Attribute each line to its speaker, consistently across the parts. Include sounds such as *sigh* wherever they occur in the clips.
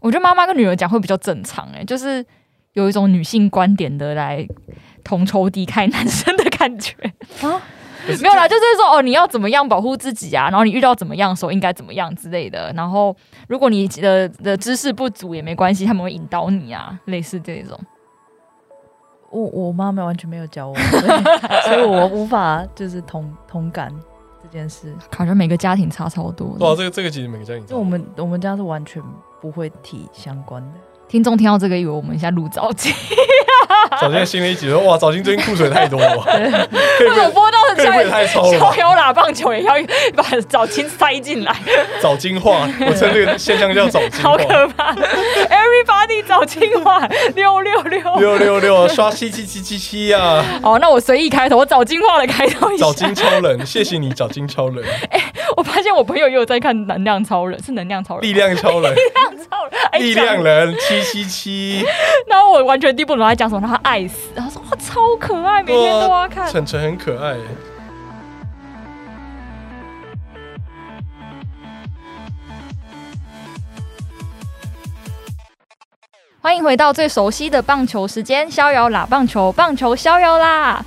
Speaker 1: 我觉得妈妈跟女儿讲会比较正常、欸，哎，就是有一种女性观点的来同仇敌忾男生的感
Speaker 2: *laughs*
Speaker 1: 觉。
Speaker 2: 可是
Speaker 1: 没有啦，就是说哦，你要怎么样保护自己啊，然后你遇到怎么样的时候应该怎么样之类的。然后如果你的的知识不足也没关系，他们会引导你啊，类似这种。
Speaker 3: 我我妈妈完全没有教我，所以所以我无法就是同同感这件事。
Speaker 1: 感觉每个家庭差超多
Speaker 2: 对啊，
Speaker 1: 的。
Speaker 2: 这个这个其实每个家庭
Speaker 3: 就我们我们家是完全不会提相关的。
Speaker 1: 听众听到这个，以为我们现在录早期，
Speaker 2: 早进新的一集说，哇，早进最近库存太多了
Speaker 1: *laughs*
Speaker 2: 吧，可以
Speaker 1: 我
Speaker 2: 不
Speaker 1: 播到
Speaker 2: 可以不可以太超了吧
Speaker 1: 逍？遥喇棒球也要把早期塞进来，
Speaker 2: 早金化，我称这个现象叫早金
Speaker 1: 好
Speaker 2: 化。
Speaker 1: 可怕！Everybody 早清化六六六，
Speaker 2: 六六六刷七七七七七呀！
Speaker 1: 哦，那我随意开头，我早金化的开头一下。
Speaker 2: 早金超人，谢谢你，早金超
Speaker 1: *laughs*
Speaker 2: 人，
Speaker 1: 我发现我朋友也有在看《能量超人》，是《能量超人》吗
Speaker 2: 力量超人，
Speaker 1: 超人，哎
Speaker 2: 力量人七七七，
Speaker 1: 然后我完全听不懂他在讲什么，然后他爱死，然后说哇超可爱，每
Speaker 2: 啊
Speaker 1: 天都要看。
Speaker 2: 晨晨很可爱耶。
Speaker 1: 欢迎回到最熟悉的棒球时间，逍遥啦棒球，棒球逍遥啦。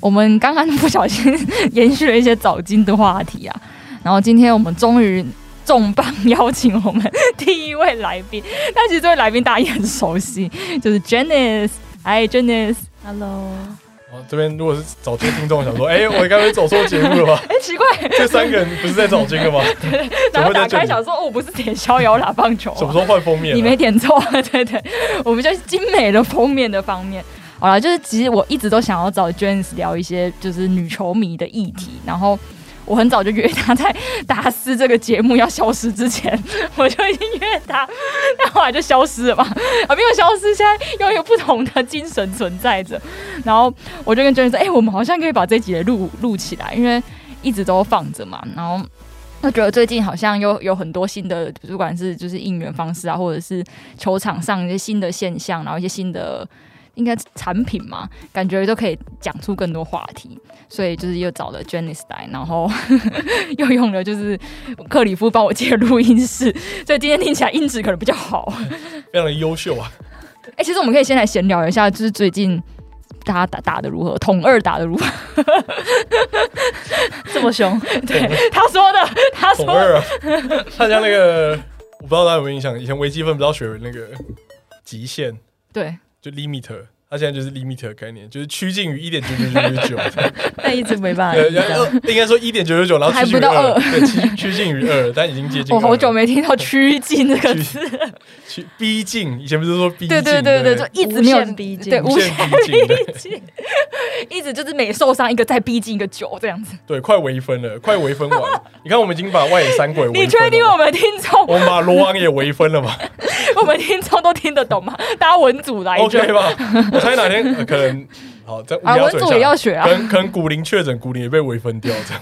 Speaker 1: 我们刚刚不小心延续了一些早金的话题啊，然后今天我们终于重磅邀请我们第一位来宾，但其实这位来宾大家也很熟悉，就是 Janice。哎，Janice，
Speaker 3: Hello，
Speaker 2: 哦，这边如果是早金听众想说，哎，我该不会走错节目
Speaker 1: *laughs*
Speaker 2: 了吧？
Speaker 1: 哎，奇怪，
Speaker 2: 这三个人不是在早金了吗？怎
Speaker 1: 然
Speaker 2: 么
Speaker 1: 后
Speaker 2: 会在
Speaker 1: 打
Speaker 2: 这
Speaker 1: 开
Speaker 2: 里？
Speaker 1: 想说，哦，我不是点逍遥啦棒球、啊，
Speaker 2: 什么时候换封面了？
Speaker 1: 你没点错， *laughs* 对对，我们就是精美的封面的方面。好了，就是其实我一直都想要找 Jones 聊一些就是女球迷的议题，
Speaker 2: 嗯
Speaker 1: 然后我很早就约他在达斯这个节目要消失之前， *laughs* 我就已经约他，但后来就消失了嘛，啊没有消失，现在又有不同的精神存在着。然后我就跟 Jones 说，哎、我们好像可以把这集也录录起来，因为一直都放着嘛，然后。我觉得最近好像又有很多新的，不管是就是应援方式啊，或者是球场上一些新的现象，然后一些新的应该是产品嘛，感觉都可以讲出更多话题。所以就是又找了 Janice 来，然后 *laughs* 又用了就是克里夫帮我接录音室，所以今天听起来音质可能比较好。
Speaker 2: 非常的优秀啊！
Speaker 1: 哎、其实我们可以先来闲聊一下，就是最近大家打打的如何，统二打的如何？
Speaker 3: *laughs* 这么凶，
Speaker 1: 对，他说的，他说
Speaker 2: 统
Speaker 1: 的
Speaker 2: 二啊， *laughs* 他像那个，我不知道大家有没有印象，以前微积分不是要学那个极限，
Speaker 1: 对。
Speaker 2: 就 limit，它现在就是 limit 的概念，就是趋近于一点九九九九九，
Speaker 1: *laughs*
Speaker 3: 但一直没
Speaker 1: 哎
Speaker 2: *laughs*
Speaker 3: 办法
Speaker 2: 呃
Speaker 3: 理解。
Speaker 2: 呃应该说一点九九九，然后趋近
Speaker 1: 还不
Speaker 2: 于
Speaker 1: 到
Speaker 2: 二，
Speaker 1: 二
Speaker 2: 对，趋趋近于二，但已经接近
Speaker 1: 我
Speaker 2: 2了。
Speaker 1: 好久没听到“趋近”这个词，
Speaker 2: 趋逼近，以前不是说逼近？
Speaker 1: 对对对对，就一直没
Speaker 3: 无
Speaker 1: 有
Speaker 3: 限逼近
Speaker 1: 对
Speaker 2: 无
Speaker 1: 无
Speaker 2: 限
Speaker 1: 限
Speaker 2: 逼近，对
Speaker 1: 逼近，一直就是每受伤一个再逼近一个九这样子。
Speaker 2: 对，快微分了，快微分完了。你看，我们已经把外野三鬼微分
Speaker 1: *laughs*
Speaker 2: 了。
Speaker 1: 你确定我们听众，
Speaker 2: 我们把罗昂也微分了嘛
Speaker 1: 我们听众都听得懂吗？大家文组来着
Speaker 2: ？OK 吧？我猜哪天呃可能好，在
Speaker 1: 啊，文组也要
Speaker 2: 要
Speaker 1: 学啊
Speaker 2: 可。能可能古灵确诊，古灵也被微分掉这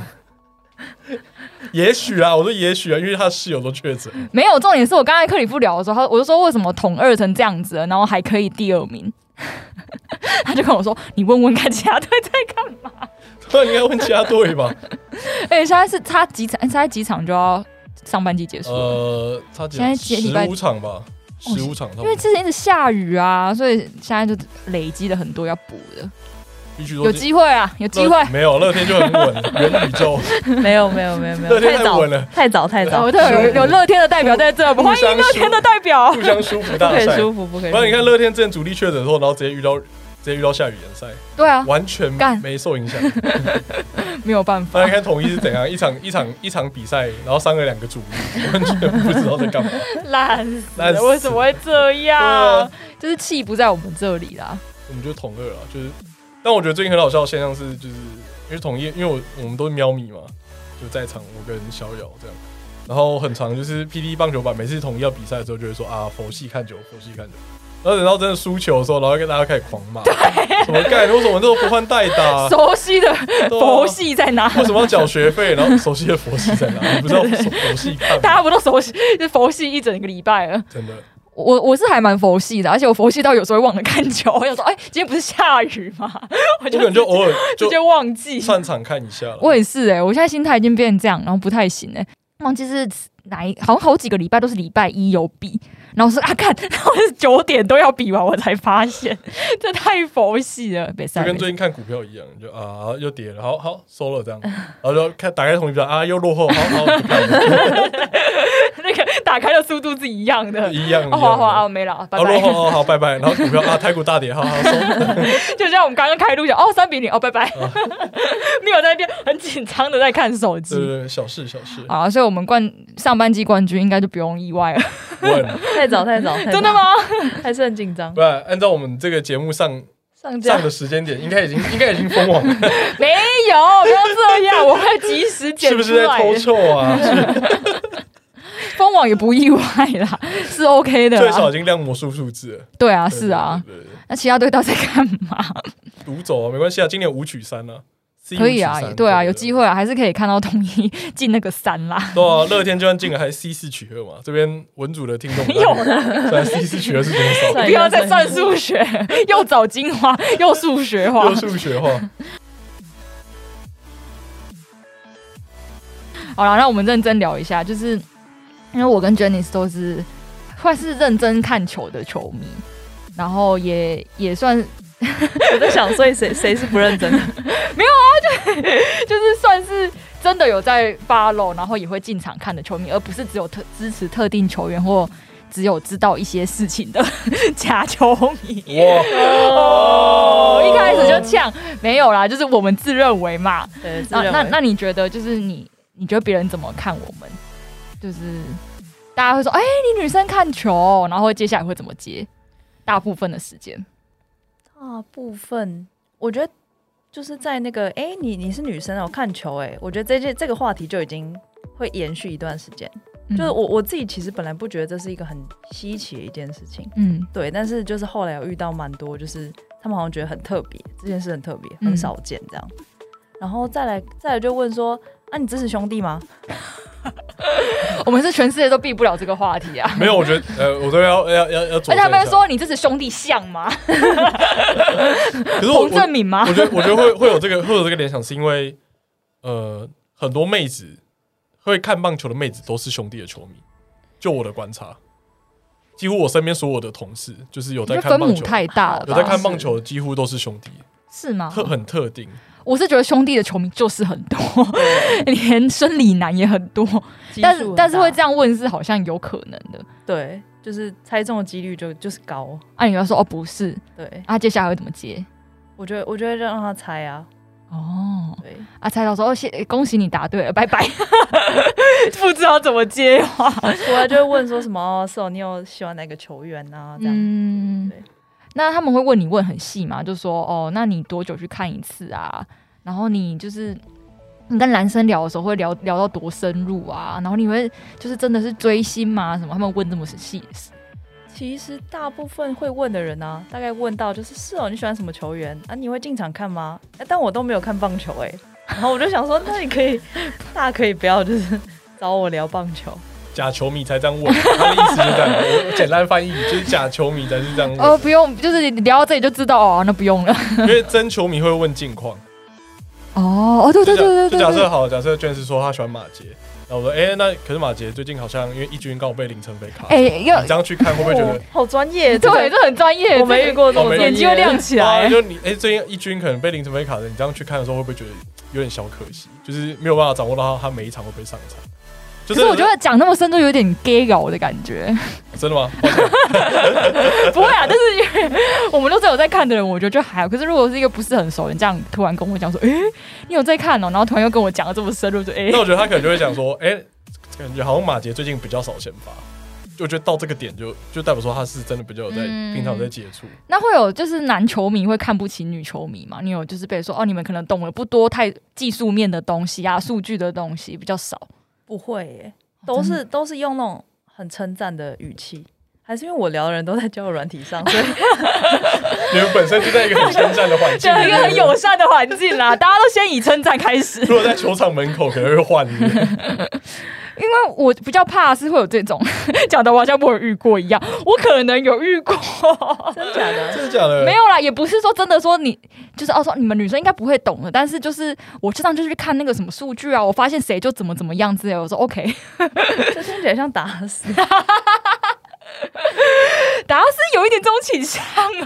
Speaker 2: 样。 *laughs* 也许啊，我说也许啊，因为他室友都确诊，
Speaker 1: 没有，重点是我刚才克里夫聊的时候，他我就说为什么统二成这样子了，然后还可以第二名。 *laughs* 他就跟我说：“你问问看其他队
Speaker 2: *laughs*
Speaker 1: 在干嘛。
Speaker 2: 那你应该问其他
Speaker 1: *laughs*
Speaker 2: 队吧？”
Speaker 1: 哎，现在是差几场，现在几场就要上半季结束了，
Speaker 2: 呃，他
Speaker 1: 现在
Speaker 2: 十
Speaker 1: 接礼拜哦
Speaker 2: 五场吧，十五场，他
Speaker 1: 因为之前一直下雨啊，所以现在就累积了很多要补的。
Speaker 2: 必须说
Speaker 1: 有机会啊，有机会
Speaker 2: 乐。没有乐天就很稳，元宇宙
Speaker 3: 没有没有没有没
Speaker 2: 乐
Speaker 3: 有，
Speaker 2: 天
Speaker 3: 太
Speaker 2: 太
Speaker 3: 早
Speaker 2: 稳了，
Speaker 3: 太早太早
Speaker 1: 哦，，对，有有乐天的代表在这，
Speaker 2: 互
Speaker 1: 欢
Speaker 2: 相
Speaker 1: 迎乐天的代表。
Speaker 2: 互相舒服
Speaker 3: 不
Speaker 2: 大
Speaker 3: 可以
Speaker 2: 赛。
Speaker 3: 舒服，不可以
Speaker 2: 不
Speaker 3: 舒服。
Speaker 2: 然你看乐天之前主力确诊后，然后直接遇到直接遇到下雨联赛，
Speaker 1: 对啊，
Speaker 2: 完全
Speaker 1: 干
Speaker 2: 没受影响。
Speaker 1: 没有办
Speaker 2: 不然
Speaker 1: 法
Speaker 2: 你，看统一是怎样，一场一 *laughs* 场一场比赛，然后伤了两个主力，完全不知道在干
Speaker 1: *laughs*
Speaker 2: 嘛。
Speaker 1: *laughs* 烂死
Speaker 2: 烂死
Speaker 1: 了，为什么会这
Speaker 2: 对啊
Speaker 1: 样？就是气不在我们这里啦。
Speaker 2: 我们就统二了，就是。但我觉得最近很好笑的现象是，就是因为统一，因为我我们都是喵米嘛，就在场我跟逍遥这样，然后很长就是 PD 棒球版，每次统一要比赛的时候就会说啊佛系看球，佛系看球，然后等到真的输球的时候，然后跟大家开始狂骂，什么干，为什么那时候不换代
Speaker 1: *laughs*
Speaker 2: 打，
Speaker 1: 熟悉的
Speaker 2: 对啊
Speaker 1: 佛，系在哪？
Speaker 2: *laughs* 为什么要缴学费？然后熟悉的佛系在哪？你不知道佛系看
Speaker 1: 大
Speaker 2: 吗？
Speaker 1: 家不都熟悉？就佛系一整个礼拜了。
Speaker 2: 真的，
Speaker 1: 我我是还蛮佛系的，而且我佛系到有时候会忘了看球。 *laughs* 我想说，哎、今天不是下雨吗？我
Speaker 2: 我
Speaker 1: 就
Speaker 2: 可能就偶尔
Speaker 1: 直
Speaker 2: 就
Speaker 1: 接忘记。
Speaker 2: 散场看一下了。
Speaker 1: 我也是哎、我现在心态已经欸变成这样，然后不太行哎、忘记是哪一，好像好几个礼拜都是礼拜一有比，然后我说啊，看， *laughs* 然后是九点都要比完，我才发现这太佛系了，别
Speaker 2: 就
Speaker 1: 塞。
Speaker 2: 跟
Speaker 1: 没事
Speaker 2: 最近看股票一样，你就啊又跌了，好好收了这样，然后就看打开同一票啊又落后，好好不看了
Speaker 1: 那个打开的速度是一样的。
Speaker 2: 一样一样
Speaker 1: 哦，
Speaker 2: 的，
Speaker 1: 好啊好啊，没了，啊拜
Speaker 2: 哦落
Speaker 1: 拜。
Speaker 2: 后哦好拜拜，然后股票啊台股大跌，好好收，
Speaker 1: *laughs* 就像我们刚刚开录讲，哦，三比零，哦，拜拜。 *laughs* 没有在那边很紧张的在看手
Speaker 2: 对对
Speaker 1: 机。
Speaker 2: 对，小事小事，
Speaker 1: 啊，所以我们冠上半季冠军应该就不用意外了，
Speaker 2: 问
Speaker 3: 太早太早，太早
Speaker 1: 真的？吗？
Speaker 3: 还是很紧张
Speaker 2: 不。然按照我们这个节目上
Speaker 3: 上架
Speaker 2: 上的时间点，应该已经应该已经封网了，
Speaker 1: 没有，不要这样，我会及时剪
Speaker 2: 是
Speaker 1: 出
Speaker 2: 不
Speaker 1: 来。
Speaker 2: 是在偷臭啊？
Speaker 1: 封网也不意外啦，是 OK 的
Speaker 2: 最少
Speaker 1: 啦
Speaker 2: 已。经亮魔术数字了，
Speaker 1: 对啊，是啊。
Speaker 2: 对，对对对
Speaker 1: 那其他队到底在干嘛？
Speaker 2: 独走啊没关系啊，今年五取三啊。C
Speaker 1: 可以啊
Speaker 2: 五取，三
Speaker 1: 对啊，有机会啊，还是可以看到统一 *laughs* 进那个三啦。
Speaker 2: 对啊，乐天就算进了还 C 四取二嘛，这边文组的听众
Speaker 1: 没 *laughs* 有
Speaker 2: 啦，虽然 C 四取二
Speaker 1: *laughs*
Speaker 2: 是多少，
Speaker 3: 算
Speaker 1: 不
Speaker 3: 一
Speaker 1: 要
Speaker 3: 下
Speaker 1: 再
Speaker 3: 算
Speaker 1: 算
Speaker 3: 一下
Speaker 1: 数学，又找精华，又数学化
Speaker 2: 又。数学化，
Speaker 1: 好了，那我们认真聊一下，就是因为我跟 Jennice 都是算是认真看球的球迷，然后也也算
Speaker 3: 我在想，所以谁谁是不认 *laughs* 真的？
Speaker 1: 就是算是真的有在 follow，然后也会进场看的球迷，而不是只有特支持特定球员或只有知道一些事情的 *laughs* 假球迷。
Speaker 2: 哇，
Speaker 1: 哦，一开始就呛，没有啦，就是我们自认为嘛。
Speaker 3: 对，自
Speaker 1: 那
Speaker 3: 认
Speaker 1: 那
Speaker 3: 为
Speaker 1: 那你觉得，就是你你觉得别人怎么看我们？就是大家会说，哎、你女生看球哦，然后接下来会怎么接？大部分的时间，
Speaker 3: 大啊部分我觉得就是在那个，哎、你你是女生哦，看球哎、我觉得这件这个话题就已经会延续一段时间。
Speaker 1: 嗯
Speaker 3: 就是我我自己其实本来不觉得这是一个很稀奇的一件事情，
Speaker 1: 嗯，嗯
Speaker 3: 对，但是就是后来有遇到蛮多，就是他们好像觉得很特别，这件事很特别，
Speaker 1: 嗯
Speaker 3: 很少见这样。然后再来再来就问说，啊，你支持兄弟吗？
Speaker 1: 我们是全世界都避不了这个话题
Speaker 2: *laughs*
Speaker 1: 啊。
Speaker 2: 没有，我觉得呃，我都要要要要佐
Speaker 1: 而且
Speaker 2: 证一下
Speaker 1: 他们会说，你这是兄弟像吗？
Speaker 2: 可是我
Speaker 1: *laughs* 洪
Speaker 2: 我
Speaker 1: 正敏吗？
Speaker 2: 我觉得我觉得会会有这个会有这个联想，是因为呃，很多妹子会看棒球的妹子都是兄弟的球迷，就我的观察，几乎我身边所有的同事就是有
Speaker 1: 我
Speaker 2: 在
Speaker 1: 觉得
Speaker 2: 看
Speaker 1: 分
Speaker 2: 棒
Speaker 1: 母
Speaker 2: 球，
Speaker 1: 太大了
Speaker 2: 有
Speaker 1: 吧？哦
Speaker 2: 在看棒球的几乎都是兄弟，
Speaker 1: 是吗？
Speaker 2: 特很特定。
Speaker 1: 我是觉得兄弟的球迷就是很多， *laughs* 连生理男也很多，但是但是会这
Speaker 3: 样，
Speaker 1: 样问是好像有可能的。
Speaker 3: 对，就是猜中的几率就就是高，
Speaker 1: 啊，你要说哦不是，
Speaker 3: 对，
Speaker 1: 啊接下来会怎么接？
Speaker 3: 我觉得我觉得让他猜啊，
Speaker 1: 哦，
Speaker 3: 对，
Speaker 1: 啊猜到说哦谢恭喜你答对了，拜拜， *laughs* 不知道怎么接话。
Speaker 3: 我来就会问说什么，哦 *laughs* 是哦，你有喜欢哪个球员啊？这样，
Speaker 1: 嗯
Speaker 3: 对，
Speaker 1: 那他们会问你问很细嘛？就说哦，那你多久去看一次啊？然后你就是你跟男生聊的时候会聊聊到多深入啊？然后你会就是真的是追星吗？什么？他们问这么细，
Speaker 3: 其实大部分会问的人啊，大概问到就是是哦，你喜欢什么球员啊？你会进场看吗？哎但我都没有看棒球哎、然后我就想说，那你可以，大家可以不要就是 *laughs* 找我聊棒球，
Speaker 2: 假球迷才这样问， *laughs* 他的意思就是这样。我简单翻译就是假球迷才是这样问，
Speaker 1: 哦，不用，就是聊到这里就知道哦，那不用了。
Speaker 2: 因为真球迷会问近况。
Speaker 1: 哦，哦，对对
Speaker 2: 就假
Speaker 1: 对对
Speaker 2: 就假
Speaker 1: 对
Speaker 2: 设
Speaker 1: 对，
Speaker 2: 好，假设娟是说她喜欢马杰，那我说，哎、那可是马杰最近好像因为一军刚好被林晨飞卡，
Speaker 1: 哎，要
Speaker 2: 你这样去看会不会觉
Speaker 3: 哦
Speaker 2: 得？、
Speaker 3: 好专业，这
Speaker 1: 对，
Speaker 3: 个
Speaker 1: 这很专业，
Speaker 3: 我没遇过这
Speaker 2: 我
Speaker 3: 么
Speaker 2: 没
Speaker 1: 眼
Speaker 3: 专
Speaker 1: 睛
Speaker 3: 业
Speaker 1: 会亮起来
Speaker 2: 啊，。就你哎、最近一军可能被林晨飞卡的，你这样去看的时候，会不会觉得有点小可惜？就是没有办法掌握到他他每一场会不会上场。就
Speaker 1: 可是我觉得讲那么深都有点 gay 佬的感觉，
Speaker 2: 真的吗？抱歉
Speaker 1: 不会啊，但是因为 *laughs* 我们都是有在看的人，我觉得就还好。可是如果是一个不是很熟的人，这样突然跟我讲说，诶，你有在看哦，然后突然又跟我讲的这么深入，就诶，
Speaker 2: *laughs* 那我觉得他可能就会讲说，哎、感觉好像马杰最近比较少先发，就我觉得到这个点就就代表说他是真的比较有在、
Speaker 1: 嗯
Speaker 2: 平常有在接触。
Speaker 1: 那会有就是男球迷会看不起女球迷嘛？你有就是被说哦，你们可能懂得不多，太技术面的东西啊，数据的东西比较少。
Speaker 3: 不会耶、都
Speaker 1: 哦
Speaker 3: 是都是用那种很称赞的语气，还是因为我聊的人都在交友软体上，所以 *laughs*
Speaker 2: 你们本身就在一个很深战的环
Speaker 1: *laughs*
Speaker 2: 境
Speaker 1: 这
Speaker 2: 里
Speaker 1: 样一个
Speaker 2: 面，
Speaker 1: 很友善的环境啦， *laughs* 大家都先以称赞开始。
Speaker 2: 如果在球场门口可能会换你。
Speaker 1: *laughs* 因为我比较怕是会有这种 *laughs* 讲的，我好像我有遇过一样，我可能有遇过。
Speaker 3: 真假的
Speaker 2: 真的假的？
Speaker 1: 没有啦，也不是说真的说你就是哦，说你们女生应该不会懂的，但是就是我经常就是去看那个什么数据啊，我发现谁就怎么怎么样之类的，我说 OK，
Speaker 3: 这听起来像打
Speaker 1: *laughs*
Speaker 3: 死，
Speaker 1: 达斯有一点这种倾向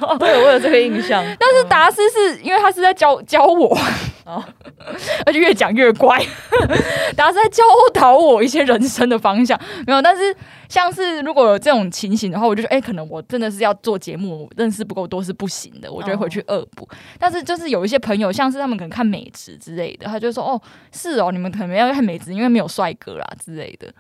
Speaker 1: 哦。
Speaker 3: *laughs* 对，我有这个印象。
Speaker 1: 但是达斯是因为他是在教教我， *laughs*
Speaker 3: 哦
Speaker 1: 而且越讲越乖。 *laughs* 达斯在教导我一些人生的方向，没有。但是像是如果有这种情形的话，我就觉得，哎、可能我真的是要做节目，我认识不够多是不行的，我就会回去恶补。但是就是有一些朋友，像是他们可能看美职之类的，他就说，哦，是哦，你们可能要看美职，因为没有帅哥啦之类的。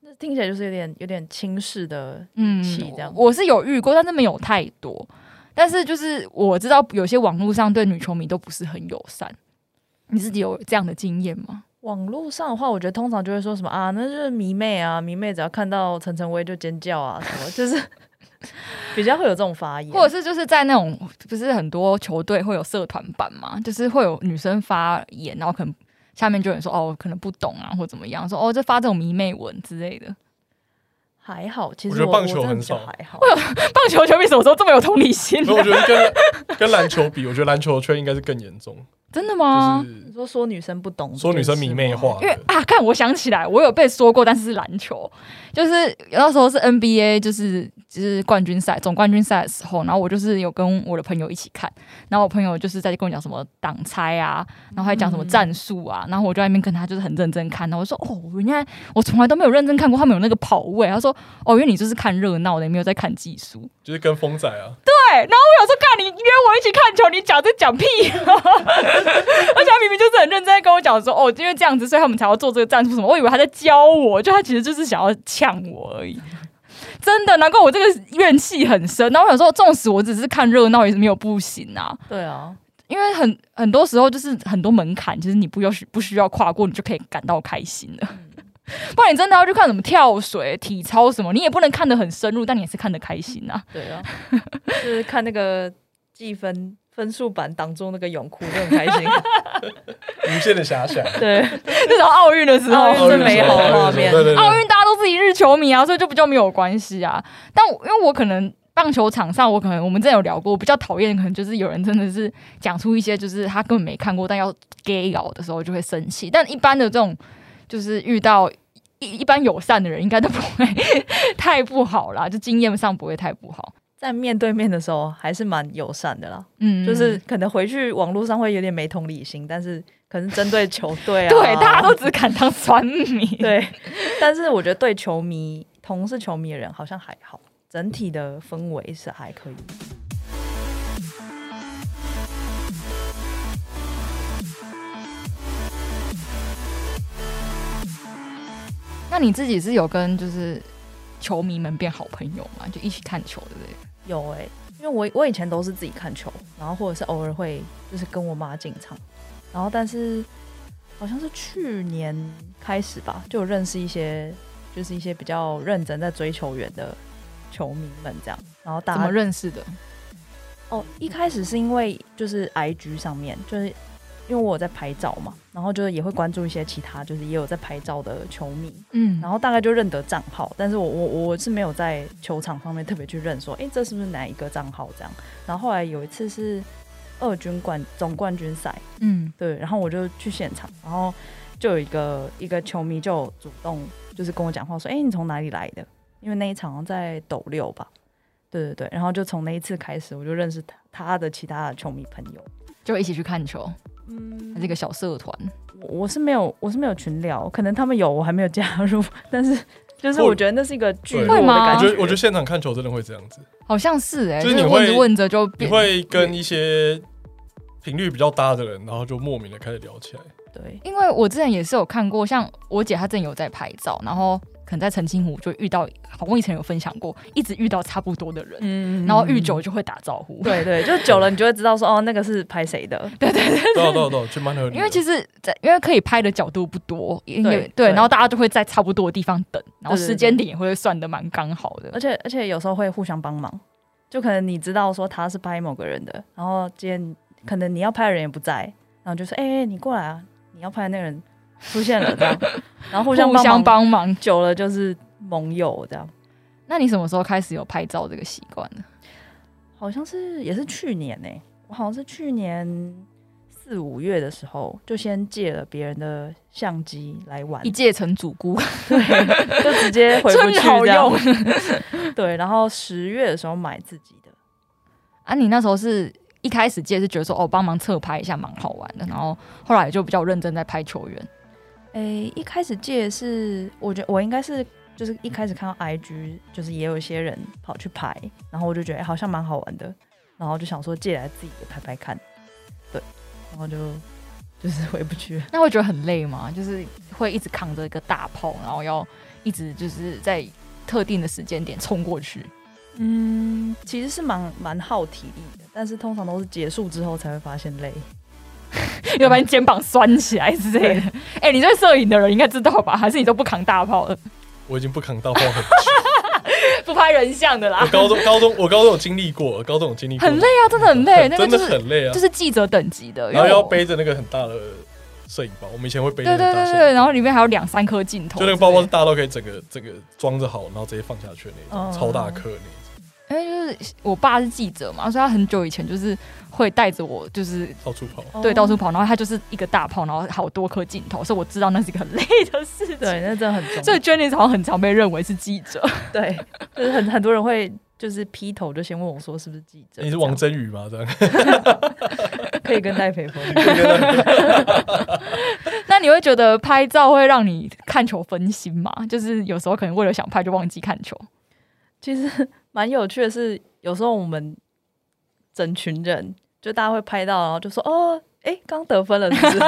Speaker 3: 那听起来就是有点有点轻视的，
Speaker 1: 嗯
Speaker 3: 气这样
Speaker 1: 我我是有遇过，但是没有太多。但是就是我知道有些网络上对女球迷都不是很友善。你自己有这样的经验吗？
Speaker 3: 网络上的话，我觉得通常就会说什么啊，那就是迷妹啊，迷妹只要看到陈晨威就尖叫啊，什么就是 *laughs* 比较会有这种发言。
Speaker 1: 或者是就是在那种不是很多球队会有社团版嘛，就是会有女生发言，然后可能下面就有人说哦，可能不懂啊，或怎么样，说哦，这发这种迷妹文之类的。 *laughs*
Speaker 3: 还好，其
Speaker 2: 我
Speaker 3: 实
Speaker 2: 觉
Speaker 3: 我
Speaker 2: 得棒球
Speaker 3: 我真的
Speaker 2: 很
Speaker 3: 比较
Speaker 2: 少
Speaker 1: *laughs*
Speaker 3: 还好。
Speaker 1: 棒球球迷什么时候这么有同理心、啊
Speaker 3: 哦
Speaker 2: 所以我觉得跟跟篮球比，我觉得篮球圈应该是更严重，
Speaker 1: 真的
Speaker 2: 就
Speaker 1: 吗？
Speaker 2: 是
Speaker 3: 你说说女生不懂，
Speaker 2: 说女生迷妹化，
Speaker 1: 哦因为啊，看我想起来，我有被说过，但是是篮球，就是那时候是 NBA，就是就是冠军赛、总冠军赛的时候，然后我就是有跟我的朋友一起看，然后我朋友就是在跟我讲什么挡拆啊，然后还讲什么战术啊，然后我就在那边跟他就是很认真看，然后我说哦，人家我从来都没有认真看过他们有那个跑位，他说哦，因为你就是看热闹的，你没有在看技术。
Speaker 2: 就是跟风仔啊，
Speaker 1: 对，然后我想说，干你约我一起看球，你讲这讲屁、 *laughs* 啊！而且他明明就是很认真在跟我讲说，哦，因为这样子，所以他们才要做这个战术什么。我以为他在教我，就他其实就是想要呛我而已。真的，难怪我这个怨气很深。然后我想说，纵使我只是看热闹，也是没有不行啊。
Speaker 3: 对啊，
Speaker 1: 因为很很多时候就是很多门槛，就是你不要不需要跨过，你就可以感到开心了。不然你真的要去看什么跳水、体操什么，你也不能看得很深入，但你也是看得开心啊。
Speaker 3: 对
Speaker 1: *laughs*
Speaker 3: 啊，就是看那个计分分数板挡住那个泳裤就很开心。 *laughs*
Speaker 2: 无限的
Speaker 1: *laughs*
Speaker 2: 遐想。
Speaker 3: 对，哦
Speaker 1: 那时候奥运的时候，
Speaker 3: 奥运最美好的画面
Speaker 2: 对对对，
Speaker 1: 奥运大家都是一日球迷啊，所以就比较没有关系啊。但我因为我可能棒球场上，我可能我们之前有聊过，我比较讨厌可能就是有人真的是讲出一些就是他根本没看过，但要 gay 咬的时候就会生气。但一般的这种就是遇到。一一般友善的人应该都不会太不好啦，就经验上不会太不好。
Speaker 3: 在面对面的时候还是蛮友善的啦，
Speaker 1: 嗯，
Speaker 3: 就是可能回去网络上会有点没同理心，但是可能针对球队啊，
Speaker 1: *laughs* 对大家都只敢当酸民。
Speaker 3: *laughs* 对，但是我觉得对球迷、同是球迷的人好像还好，整体的氛围是还可以。
Speaker 1: 那你自己是有跟就是球迷们变好朋友嘛？就一起看球之类的。
Speaker 3: 有哎、因为我我以前都是自己看球，然后或者是偶尔会就是跟我妈进场，然后但是好像是去年开始吧，就有认识一些就是一些比较认真在追球员的球迷们这样，然后大
Speaker 1: 怎
Speaker 3: 家
Speaker 1: 么认识的？
Speaker 3: 哦，一开始是因为就是 I G 上面，就是因为我有在拍照嘛，然后就是也会关注一些其他就是也有在拍照的球迷，
Speaker 1: 嗯
Speaker 3: 然后大概就认得账号，但是我我我是没有在球场上面特别去认说，诶，这是不是哪一个账号这样？然后后来有一次是二军冠总冠军赛，
Speaker 1: 嗯，
Speaker 3: 对，然后我就去现场，然后就有一个一个球迷就主动就是跟我讲话说，诶，你从哪里来的？因为那一场好像在斗六吧，对对对，然后就从那一次开始，我就认识他他的其他的球迷朋友，
Speaker 1: 就一起去看球，
Speaker 3: 嗯
Speaker 1: 还是一个小社团。
Speaker 3: 我我是没有，我是没有群聊，可能他们有，我还没有加入， *laughs* 但是就是我觉得那是一个聚落
Speaker 1: 会
Speaker 3: 的
Speaker 1: 吗
Speaker 2: 我
Speaker 3: 感
Speaker 2: 觉
Speaker 3: 觉。
Speaker 2: 得我觉得现场看球真的会这样子，
Speaker 1: 好像是哎、欸，
Speaker 2: 就是你
Speaker 1: 问着
Speaker 2: 会
Speaker 1: 问着就
Speaker 2: 你
Speaker 1: 变，
Speaker 2: 会跟一些频率比较搭的人，然后就莫名的开始聊
Speaker 1: *laughs*
Speaker 2: 起来。
Speaker 3: 对，
Speaker 1: 因为我之前也是有看过，像我姐她之前有在拍照，然后可能在澄清湖就遇到，好我以前有分享过，一直遇到差不多的人，
Speaker 3: 嗯
Speaker 1: 然后遇久就会打招呼。
Speaker 3: 对对，就久了你就会知道说哦，那个是拍谁的，
Speaker 2: 对啊对啊对啊，就蛮合理的。
Speaker 1: 因为其实在，因为可以拍的角度不多，因为对，
Speaker 3: 对
Speaker 1: 然后大家就会在差不多的地方等，然后
Speaker 3: 对对
Speaker 1: 时间点也会算的蛮刚好的
Speaker 3: 而。且而且有时候会互相帮忙，就可能你知道说他是拍某个人的，然后今天可能你要拍的人也不在，然后就说哎、哎你过来啊，你要拍的那个人出现
Speaker 1: *laughs*
Speaker 3: 了这样，然后互相
Speaker 1: 互
Speaker 3: 帮
Speaker 1: 相
Speaker 3: 忙，
Speaker 1: 帮忙。
Speaker 3: 久了就是盟友这样，
Speaker 1: 那你什么时候开始有拍照这个习惯呢？
Speaker 3: 好像是也是去年呢、我好像是去年四五月的时候，就先借了别人的相机来玩
Speaker 1: 一，介成主顾，
Speaker 3: 对，就直接回不
Speaker 1: 真
Speaker 3: 去
Speaker 1: 的好
Speaker 3: 这样
Speaker 1: 用。
Speaker 3: 对，然后十月的时候买自己的，
Speaker 1: 啊！你那时候是一开始借是觉得说哦，帮忙侧拍一下蛮好玩的，然后后来就比较认真在拍球员。
Speaker 3: 诶、一开始借是，我觉得我应该是就是一开始看到 IG，就是也有一些人跑去拍，然后我就觉得、诶好像蛮好玩的，然后就想说借来自己也拍拍看，对，然后就就是回不去了。
Speaker 1: 那会觉得很累吗？就是会一直扛着一个大炮，然后要一直就是在特定的时间点冲过去。
Speaker 3: 嗯，其实是蛮蛮耗体力的，但是通常都是结束之后才会发现累。
Speaker 1: 要不然肩膀酸起来之类的。哎、你对摄影的人应该知道吧？还是你都不扛大炮了， *laughs*
Speaker 2: 我已经不扛大炮很久。
Speaker 1: 不拍人像的啦
Speaker 2: *laughs* 我？高中高中我高中有经历过，高中有经历过，
Speaker 1: 很累啊，真的很累，那个
Speaker 2: 真
Speaker 1: 就
Speaker 2: 的
Speaker 1: 是
Speaker 2: 很累啊
Speaker 1: 就。是记者等级的，
Speaker 2: 然后
Speaker 1: 因为
Speaker 2: 要
Speaker 1: 我。
Speaker 2: 背着那个很大的摄影包，我们以前会背
Speaker 1: 对
Speaker 2: 着
Speaker 1: 对
Speaker 2: 很大的
Speaker 1: 对
Speaker 2: 摄
Speaker 1: 对，
Speaker 2: 影包。
Speaker 1: 然后里面还有两三颗镜头，
Speaker 2: 就那个包包是，大到可以整个整个装着好，然后直接放下去的那种，
Speaker 3: 哦
Speaker 2: 超大颗的那
Speaker 1: 因为就是我爸是记者嘛，所以他很久以前就是会带着我，就是
Speaker 2: 种，到处跑。
Speaker 1: 哦对到处跑，然后他就是一个大炮，然后好多颗镜头，所以我知道那是一个很累的事情。
Speaker 3: 对，那真的很重。
Speaker 1: 所以 Jenny 好像很常被认为是记者，
Speaker 3: 对，就是很很多人会就是劈头就先问我说是不是记者？
Speaker 2: 你是王真宇吗？这样
Speaker 3: 这样可以跟戴培峰。
Speaker 1: *laughs* 那你会觉得拍照会让你看球分心吗？就是有时候可能为了想拍就忘记看球。
Speaker 3: 其实 *laughs* 蛮有趣的是，有时候我们整群人就大家会拍到，然后就说：“哦，哎，刚得分了，是不
Speaker 1: *laughs*
Speaker 3: 是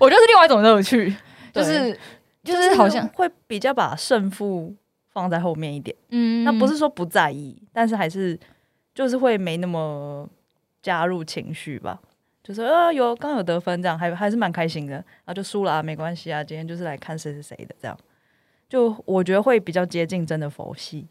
Speaker 1: 我觉得是另外一种乐趣，就
Speaker 3: 对
Speaker 1: 是就是好像
Speaker 3: 会比较把胜负放在后面一点。
Speaker 1: 嗯，
Speaker 3: 那不是说不在意，但是还是就是会没那么加入情绪吧。就是啊，有刚有得分这样，还还是蛮开心的。然后就输了啊，没关系啊，今天就是来看谁谁谁的这样。就我觉得会比较接近真的佛系。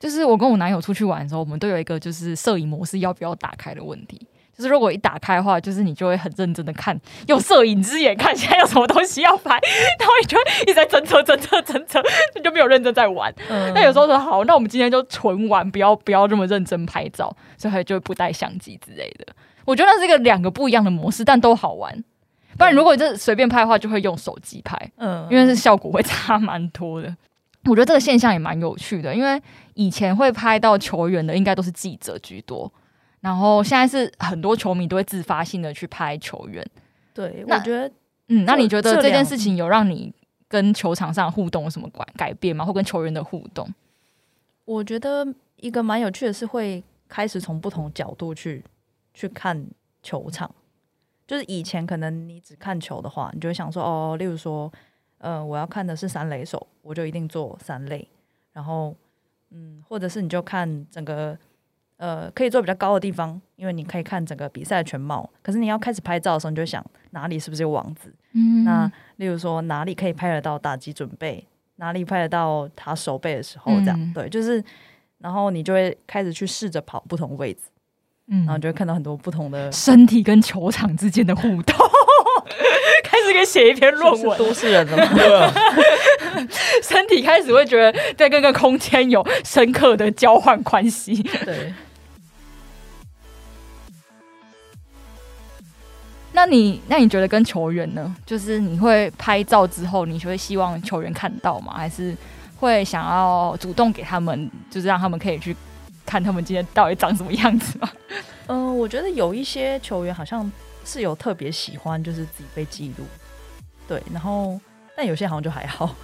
Speaker 1: 就是我跟我男友出去玩的时候，我们都有一个就是摄影模式要不要打开的问题。就是如果一打开的话，就是你就会很认真的看，用摄影之眼看现在有什么东西要拍，然后你就会一直在侦测、侦测、侦测，你就没有认真在玩。
Speaker 3: 嗯
Speaker 1: 那有时候说好，那我们今天就纯玩，不要不要这么认真拍照，所以他就会不带相机之类的。我觉得那是一个两个不一样的模式，但都好玩。不然如果你这随便拍的话，就会用手机拍，
Speaker 3: 嗯
Speaker 1: 因为是效果会差蛮多的。我觉得这个现象也蛮有趣的，因为以前会拍到球员的应该都是记者居多，然后现在是很多球迷都会自发性的去拍球员。
Speaker 3: 对，
Speaker 1: 那
Speaker 3: 我觉得
Speaker 1: 嗯，那
Speaker 3: 这
Speaker 1: 你觉得
Speaker 3: 这
Speaker 1: 这件
Speaker 3: 两
Speaker 1: 事情有让你跟球场上的互动有什么改改变吗？或跟球员的互动？
Speaker 3: 我觉得一个蛮有趣的是，会开始从不同角度去去看球场。就是以前可能你只看球的话，你就会想说，哦，例如说，呃，我要看的是三垒手，我就一定做三垒。然后，嗯，或者是你就看整个，呃，可以坐比较高的地方，因为你可以看整个比赛的全貌。可是你要开始拍照的时候，你就会想哪里是不是有网子？
Speaker 1: 嗯
Speaker 3: 那例如说哪里可以拍得到打击准备，哪里拍得到他手背的时候，这样、
Speaker 1: 嗯
Speaker 3: 对，就是然后你就会开始去试着跑不同位置，
Speaker 1: 嗯
Speaker 3: 然后你就会看到很多不
Speaker 1: *laughs*
Speaker 3: 同的
Speaker 1: 身体跟球场之间的互动， *laughs* 开始跟写一篇论 *laughs*
Speaker 3: 是不
Speaker 1: 文，
Speaker 3: 是都市人了
Speaker 2: *laughs*
Speaker 3: 吗？
Speaker 2: 对啊，
Speaker 1: 身体开始会觉得在跟个空间有深刻的交换关系。
Speaker 3: *laughs* 对，
Speaker 1: 那你那你觉得跟球员呢？就是你会拍照之后，你会希望球员看到吗？还是会想要主动给他们，就是让他们可以去看他们今天到底长什么样子吗？
Speaker 3: 嗯、我觉得有一些球员好像是有特别喜欢，就是自己被记录，对，然后但有些好像就还好，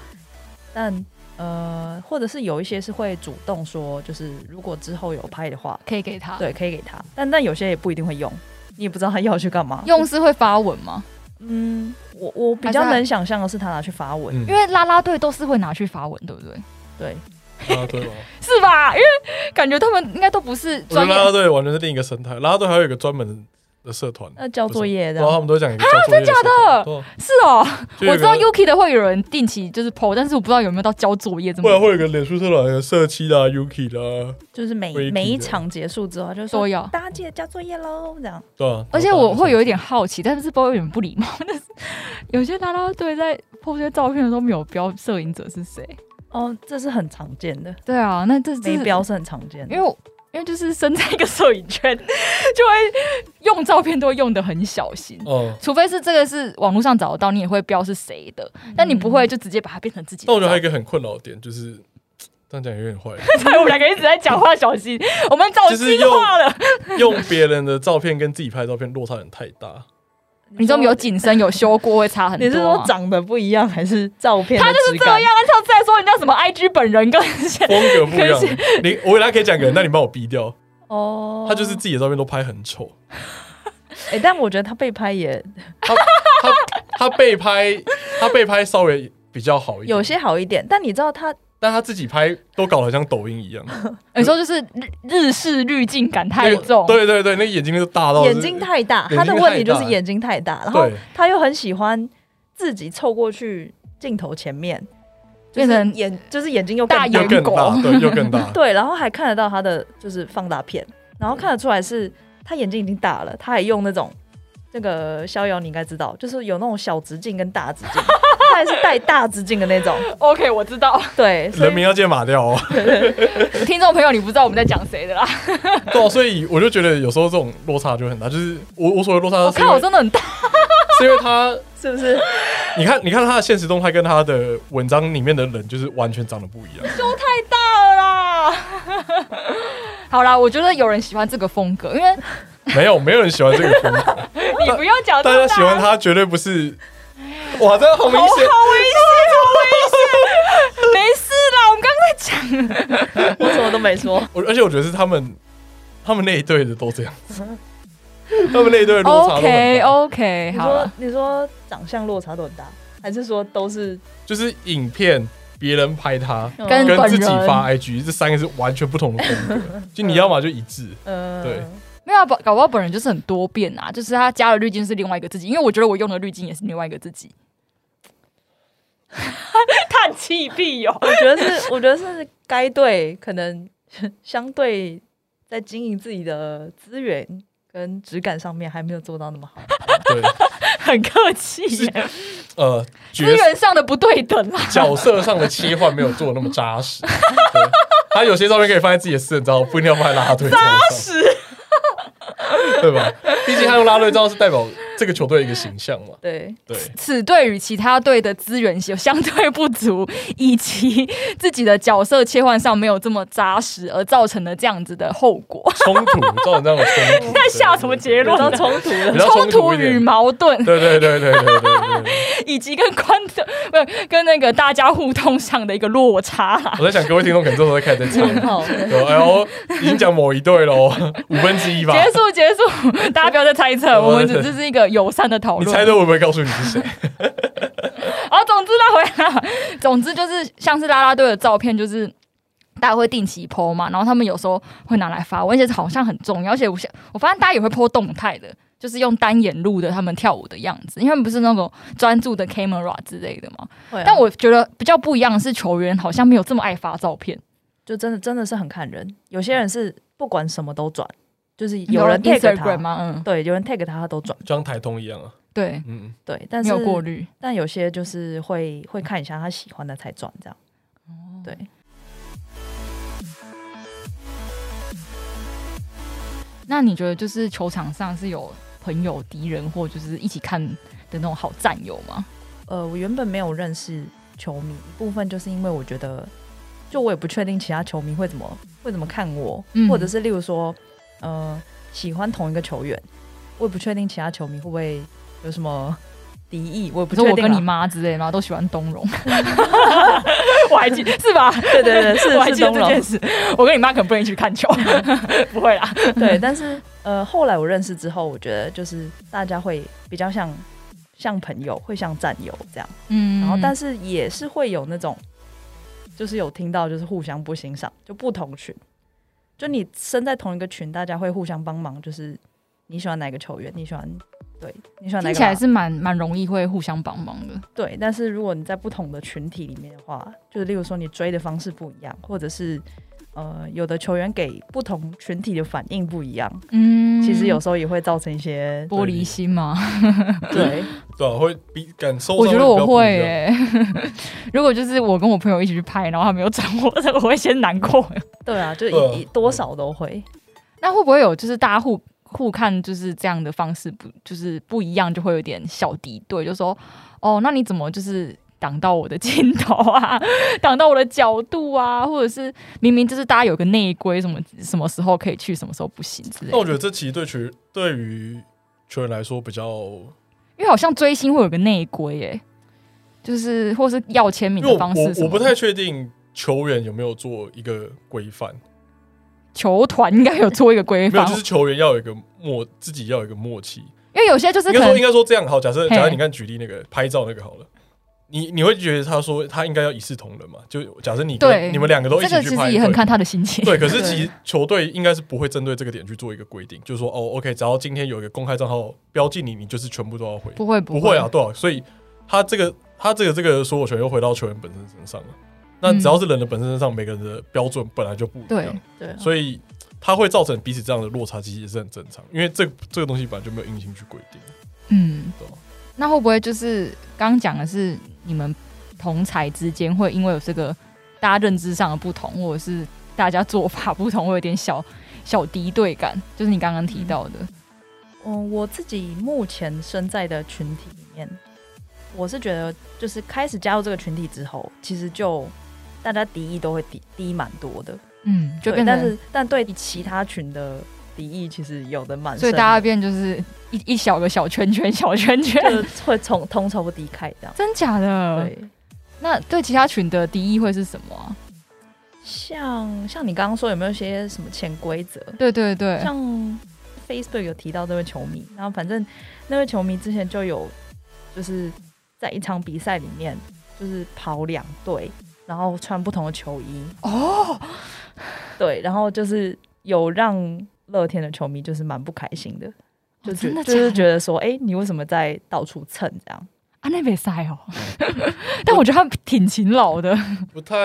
Speaker 3: 但。呃，或者是有一些是会主动说，就是如果之后有拍的话，
Speaker 1: *laughs* 可以给他，
Speaker 3: 对，可以给他。但但有些也不一定会用，你也不知道他要去干嘛。
Speaker 1: 用是会发文吗？
Speaker 3: 嗯，我我比
Speaker 1: 还是
Speaker 3: 较
Speaker 1: 他
Speaker 3: 能想象的是他拿去发文，
Speaker 2: 嗯
Speaker 1: 因为啦啦队都是会拿去发文，对 *laughs* 不对？
Speaker 3: 对，
Speaker 2: 啊对哦。
Speaker 1: 是吧？因为感觉他们应该都不是
Speaker 2: 我觉得
Speaker 1: 专业
Speaker 2: 拉拉队完全是另一个生态，拉拉队还有一个专门的社团，
Speaker 1: 呃
Speaker 3: 那交作业的
Speaker 2: 然后他们都会讲一个交作业
Speaker 1: 啊
Speaker 2: 社
Speaker 1: 真假的
Speaker 2: 团。对啊
Speaker 1: 是哦，
Speaker 2: 就有
Speaker 1: 我
Speaker 2: 一
Speaker 1: 知
Speaker 2: 个
Speaker 1: 道 Yuki 的会有人定期就是 PO，但是我不知道有没有到交作业这
Speaker 2: 不然
Speaker 1: 么
Speaker 2: 会啊有一个脸书社团，有社七的啊、Yuki 的啊，
Speaker 3: 就是每
Speaker 2: 微 T 的
Speaker 3: 每一场结束之后，他就
Speaker 1: 都
Speaker 3: 说
Speaker 1: 有。
Speaker 3: 大家记得交作业喽，这样。
Speaker 2: 对啊。
Speaker 1: 而且我会有一点好奇，但是不知道有点不礼貌。 *laughs* 但是有些啦啦队在 PO 这些照片的时候没有标摄影者是谁。
Speaker 3: 哦，这是很常见的，
Speaker 1: 对啊，那这
Speaker 3: 没
Speaker 1: 是
Speaker 3: 标是很常见的
Speaker 1: 因为。我因为就是身在一个摄影圈，就会用照片都会用的很小心。
Speaker 2: 嗯，
Speaker 1: 除非是这个是网络上找得到，你也会标是谁的，但你不会就直接把它变成自己的
Speaker 2: 但
Speaker 1: 照
Speaker 2: 我觉
Speaker 1: 片。 *laughs*
Speaker 2: 得还有一个很困扰的点就是，这样讲有点坏，
Speaker 1: 对，我们两个一直在讲话小心，我们找
Speaker 2: 就是
Speaker 1: 计
Speaker 2: 用
Speaker 1: 划了。
Speaker 2: 用别人的照片跟自己拍的照片落差很太
Speaker 1: *laughs*
Speaker 2: 大。
Speaker 1: 你说有紧身有修过会差很多
Speaker 3: 你
Speaker 1: 吗？
Speaker 3: 是说长得不一样，还是照片？
Speaker 1: 他就是这样。。他上次在说人家什么 IG 本人跟 *laughs*
Speaker 2: 风格不一样
Speaker 1: 可。
Speaker 2: 你我来可以讲个人，那你帮我逼掉。
Speaker 3: 哦，
Speaker 2: 他就是自己的照片都拍很丑，
Speaker 3: 哎、但我觉得他被拍也
Speaker 2: 他他他被拍，他被拍稍微比较好一点，
Speaker 3: 有些好一点，但你知道他
Speaker 2: 但他自己拍都搞得像抖音一样，
Speaker 1: 你说就是日日式滤镜感太
Speaker 2: 那个
Speaker 1: 重，
Speaker 2: 对对对，那眼睛哦就大到
Speaker 3: 眼睛太大，
Speaker 2: 眼睛
Speaker 3: 他的问题就是
Speaker 2: 太大
Speaker 3: 眼睛太大，然后
Speaker 2: 对，
Speaker 3: 他又很喜欢自己凑过去镜头前面，就
Speaker 1: 变
Speaker 3: 是
Speaker 1: 成
Speaker 3: 眼就是眼睛又
Speaker 1: 大
Speaker 3: 大，
Speaker 1: 眼
Speaker 2: 又更大，对，又更
Speaker 1: *laughs*
Speaker 2: 大
Speaker 3: 对，然后还看得到他的就是放大片，然后看得出来是他眼睛已经大了，他还用那种那个逍遥你应该知道，就是有那种小直径跟大直径，他还是带大直径的那种，
Speaker 1: OK，我知道，
Speaker 3: 对，所
Speaker 2: 人
Speaker 3: 以
Speaker 2: 民要见马掉哦。 *laughs*
Speaker 1: 听众朋友你不知道我们在讲谁的啦。
Speaker 2: 对啊，所以我就觉得有时候这种落差就很大，就是我我所谓落差
Speaker 1: 我
Speaker 2: 是因
Speaker 1: 看我
Speaker 2: 为
Speaker 1: 真的很大，
Speaker 2: 是因为他， *laughs*
Speaker 3: 是不是？
Speaker 2: 你看你看他的现实动态跟他的文章里面的人就是完全长得不
Speaker 1: *laughs*
Speaker 2: 一样。
Speaker 1: 太大了啦。好啦，我觉得有人喜欢这个风格，因为
Speaker 2: 没有没有人喜欢这个
Speaker 1: *laughs*
Speaker 2: 风格，
Speaker 1: 你不要讲
Speaker 2: 大
Speaker 1: 这么
Speaker 2: 家喜欢他绝对
Speaker 1: *laughs*
Speaker 2: 不是。哇，这个好明
Speaker 1: 好好危
Speaker 2: 显
Speaker 1: 险，，好危险，没事啦，我们刚刚在讲。
Speaker 3: 我什么都没说。
Speaker 2: 我而且我觉得是他们他们那一队的都这样子，他们那一队的落差都很大
Speaker 1: OK OK，
Speaker 3: 你
Speaker 1: 好了
Speaker 3: 说。你说长相落差都很大，还是说都是
Speaker 2: 就是影片别人拍他。
Speaker 1: 跟
Speaker 2: 跟
Speaker 1: 本
Speaker 2: 自己
Speaker 1: 人
Speaker 2: 发 IG 这三个是完全不同的风
Speaker 1: *laughs*
Speaker 2: 格，就你要么就一致，
Speaker 3: 呃
Speaker 2: 对
Speaker 1: 没有啊，搞搞不好本人就是很多变啊，就是他加了滤镜是另外一个自己，因为我觉得我用的滤镜也是另外一个自己。叹气必有，
Speaker 3: 我觉得是，我觉得是该队可能相对在经营自己的资源跟质感上面还没有做到那么好。
Speaker 1: *laughs*
Speaker 2: 对，
Speaker 1: 很客气耶，
Speaker 2: 呃，
Speaker 1: 资
Speaker 2: 角
Speaker 1: 源上的不对等啊啦。
Speaker 2: 角色上的切换没有做的那么
Speaker 1: *laughs*
Speaker 2: 扎实。对他有些照片可以放在自己的私人照，不一定要放在拉队照上， *laughs* 对吧？毕竟他用拉队照是代表这个球队的一个形象嘛。
Speaker 3: 对，
Speaker 1: *laughs*
Speaker 2: 对，
Speaker 1: 此队与其他队的资源有 *laughs* 相对不足，以及自己的角色切换上没有这么扎实，而造成了这样子的后果。
Speaker 2: 冲突造成这样的冲突。
Speaker 1: *laughs* 在下什么结
Speaker 3: 比
Speaker 1: 论
Speaker 3: 较
Speaker 1: 呢
Speaker 3: 冲突
Speaker 2: 比
Speaker 3: 了。
Speaker 2: 较
Speaker 1: 冲
Speaker 2: 冲
Speaker 1: 突
Speaker 2: 突一
Speaker 1: 与
Speaker 2: 点
Speaker 1: 矛盾，
Speaker 2: 对对对对对对对对。
Speaker 1: 以及跟观众 *laughs* 不是跟那个大家互动上的一个落差啊啦。
Speaker 2: 我在想各位听众可能这时候在开始在猜，
Speaker 3: *laughs* 好，
Speaker 2: 对，哎呦，已经讲某一队喽，五分之一吧。
Speaker 1: 结束，结束， *laughs* 大家不要再猜
Speaker 2: *laughs*
Speaker 1: 测，我们只
Speaker 2: 对
Speaker 1: 这是一个友善的讨
Speaker 2: 你
Speaker 1: 论。
Speaker 2: 猜对，我不会告诉你是谁。 *laughs*
Speaker 1: *laughs* 好，哦总之拉回来啦，总之就是像是啦啦队的照片，就是大家会定期 PO 嘛，然后他们有时候会拿来发文，而且好像很重要，而且我想我发现大家也会 PO 动态的。就是用单眼录的他们跳舞的样子，因为他们不是那种专注的 camera 之类的嘛。
Speaker 3: 会啊
Speaker 1: 但我觉得比较不一样的是，球员好像没有这么爱发照片。
Speaker 3: 就真的真的是很看人，有些人是不管什么都转，就是
Speaker 1: 你
Speaker 3: 有人 tag
Speaker 1: Instagram
Speaker 3: 他，
Speaker 1: 吗？嗯，
Speaker 3: 对，有人 tag 他他都转，
Speaker 2: 就像台通一样啊，
Speaker 1: 对，
Speaker 2: 嗯，
Speaker 3: 对，但
Speaker 1: 没
Speaker 3: 是
Speaker 1: 有过滤。
Speaker 3: 但有些就是会会看一下他喜欢的才转这样。对，
Speaker 1: 那你觉得就是球场上是有朋友、敌人或就是一起看的那种好战友吗？
Speaker 3: 呃，我原本没有认识球迷，一部分就是因为我觉得，就我也不确定其他球迷会怎么会怎么看我，
Speaker 1: 嗯
Speaker 3: 或者是例如说，呃，喜欢同一个球员，我也不确定其他球迷会不会有什么敌意，我也
Speaker 1: 比如
Speaker 3: 不
Speaker 1: 说
Speaker 3: 确
Speaker 1: 我
Speaker 3: 定啊
Speaker 1: 跟
Speaker 3: 啦。
Speaker 1: 你妈之类嘛，都喜欢东荣，我还记是吧？
Speaker 3: *laughs* 对对
Speaker 1: *laughs*
Speaker 3: 对，
Speaker 1: 我还
Speaker 3: 是是
Speaker 1: 记得
Speaker 3: 东
Speaker 1: 这
Speaker 3: 龙
Speaker 1: 件，事。我跟你妈可能不能一起去
Speaker 3: *laughs*
Speaker 1: 看球，不会啦。 *laughs*
Speaker 3: 对，但是呃，后来我认识之后，我觉得就是大家会比较像像朋友，会像战友这样。
Speaker 1: 嗯
Speaker 3: 然后但
Speaker 1: 是
Speaker 3: 是也是会有那种，就是有听到就是互相不欣赏，就不同群，就你身在同一个群，大家会互相帮忙，就是你喜欢哪个球员，你喜欢对，你喜欢
Speaker 1: 听
Speaker 3: 哪个
Speaker 1: 起来
Speaker 3: 啦
Speaker 1: 是蛮蛮容易会互相帮忙的。
Speaker 3: 对，但是如果你在不同的群体里面的话，就是例如说你追的方式不一样，或者是呃，有的球员给不同群体的反应不一样，
Speaker 1: 嗯
Speaker 3: 其实有时候也会造成一些
Speaker 1: 玻璃心嘛，
Speaker 3: *laughs* 对，
Speaker 2: 对啊，会比感受
Speaker 1: 我
Speaker 2: 上
Speaker 1: 觉得
Speaker 2: 比较
Speaker 1: 我
Speaker 2: 不
Speaker 1: 会
Speaker 2: 一样
Speaker 1: 耶、 *laughs* 如果就是我跟我朋友一起去拍，然后他没有掌握的， *laughs* 我会先难过。
Speaker 3: 对啊，就
Speaker 2: 对啊
Speaker 3: 一一多少都会。
Speaker 1: 那会不会有就是大家互互看就是这样的方式不就是不一样，就会有点小敌对，就说哦，那你怎么就是挡到我的镜头啊， *laughs* 挡到我的角度啊，或者是明明就是大家有个内规，什么什么时候可以去，什么时候不行之类
Speaker 2: 那我
Speaker 1: 的。
Speaker 2: 觉得这其实对球对于球员来说比较，
Speaker 1: 因为好像追星会有个内规耶，就是或是要签名
Speaker 2: 因为
Speaker 1: 的
Speaker 2: 我
Speaker 1: 方式什么
Speaker 2: 我我不太确定球员有没有做一个规范，
Speaker 1: 球团应该有做一个规
Speaker 2: 没有
Speaker 1: 范，
Speaker 2: 就是球员要有一个默自己要有一个默契。
Speaker 1: 因为有些就是
Speaker 2: 应
Speaker 1: 可
Speaker 2: 该
Speaker 1: 能
Speaker 2: 说应该说这样好，假设
Speaker 1: 嘿
Speaker 2: 假设你看举例那个拍照那个好了。你你会觉得他说他应该要一视同仁嘛？就假设你跟
Speaker 1: 对
Speaker 2: 你们两个都一
Speaker 1: 这
Speaker 2: 起
Speaker 1: 个
Speaker 2: 去
Speaker 1: 其
Speaker 2: 拍
Speaker 1: 实也
Speaker 2: 对
Speaker 1: 很看他的心 *laughs* 情。
Speaker 2: 对，可是
Speaker 3: 对
Speaker 2: 其实球队应该是不会针对这个点去做一个规定，就是说哦，OK，只要今天有一个公开账号标记你，你就是全部都要回，
Speaker 1: 不会
Speaker 2: 不
Speaker 1: 不
Speaker 2: 会啊，，对啊，所以他这个他这个这个所有权又回到球员本身身上了。那只要是人的本身身上，每个人的标准本来就不一
Speaker 1: 对
Speaker 2: 样，
Speaker 3: 对啊，
Speaker 2: 所以它会造成彼此这样的落差，其实也是很正常，因为这这个东西本来就没有硬性去规
Speaker 1: *laughs*
Speaker 2: 定，
Speaker 1: 嗯
Speaker 2: 对啊，
Speaker 1: 那会不会就是刚刚讲的是你们同才之间会因为有这个大家认知上的不同，或者是大家做法不同，会有点小小敌对感，就是你刚刚提到的。
Speaker 3: 嗯，我自己目前身在的群体里面，我是觉得就是开始加入这个群体之后，其实就大家敌意都会低低蛮多的，
Speaker 1: 嗯，就
Speaker 3: 对
Speaker 1: 变
Speaker 3: 但
Speaker 1: 成
Speaker 3: 是但对其他群的敌意其实有的蛮深的，
Speaker 1: 所以大家变就是一一小个小圈圈，小圈圈，
Speaker 3: 就是会从同仇敌忾这
Speaker 1: *laughs*
Speaker 3: 样。
Speaker 1: 真假的？
Speaker 3: 对，
Speaker 1: 那对其他群的敌意会是什么啊、
Speaker 3: 像像你刚刚说有没有一些什么潜规则？
Speaker 1: 对对对，
Speaker 3: 像 Facebook 有提到这位球迷，然后反正那位球迷之前就有就是在一场比赛里面就是跑两队，然后穿不同的球衣哦，对，然后就是有让乐天的球迷就是蛮不开心的，就
Speaker 1: 哦
Speaker 3: 觉、
Speaker 1: 真的假
Speaker 3: 就
Speaker 1: 的
Speaker 3: 是觉得说，哎、你为什么在到处蹭
Speaker 1: *laughs*
Speaker 3: 这样？
Speaker 1: 啊那没塞哦， *laughs* 但我觉得他挺勤劳的。
Speaker 2: 不太，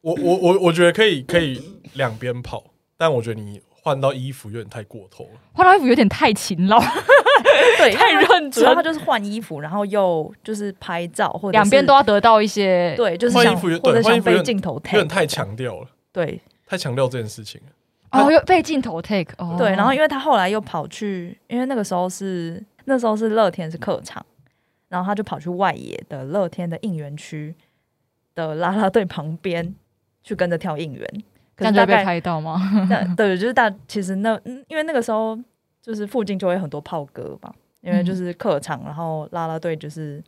Speaker 2: 我我我我觉得可以可以两边跑，但我觉得你换到衣服有点太过头了。
Speaker 1: 花老衣服有点太勤劳，
Speaker 3: 哎对，
Speaker 1: 太
Speaker 3: 因为他
Speaker 1: 认
Speaker 3: 主要
Speaker 1: 真
Speaker 3: 他，就是换衣服，然后又就是拍照或者
Speaker 1: 两边
Speaker 3: 是
Speaker 1: 都要得到一些。
Speaker 3: 对，就是
Speaker 2: 换衣
Speaker 3: 想
Speaker 2: 服有
Speaker 3: 或者
Speaker 2: 对换衣
Speaker 3: 想
Speaker 2: 服有
Speaker 3: 被
Speaker 2: 点
Speaker 3: 镜头
Speaker 2: 有点
Speaker 3: take，
Speaker 2: 太强调了，
Speaker 3: 对，
Speaker 2: 太强调这件事情了。
Speaker 1: 哦，又被镜头 take 哦，
Speaker 3: 对，然后因为他后来又跑去，因为那个时候是那时候是乐天是客场，然后他就跑去外野的乐天的应援区的啦啦队旁边去跟着跳应援，
Speaker 1: 这
Speaker 3: 可
Speaker 1: 样
Speaker 3: 是
Speaker 1: 就会
Speaker 3: 大
Speaker 1: 被
Speaker 3: 概
Speaker 1: 拍到吗？
Speaker 3: 那对，就是大其实那嗯因为那个时候就是附近就会很多炮哥嘛，因为
Speaker 1: 嗯
Speaker 3: 就是客场，然后啦啦队就是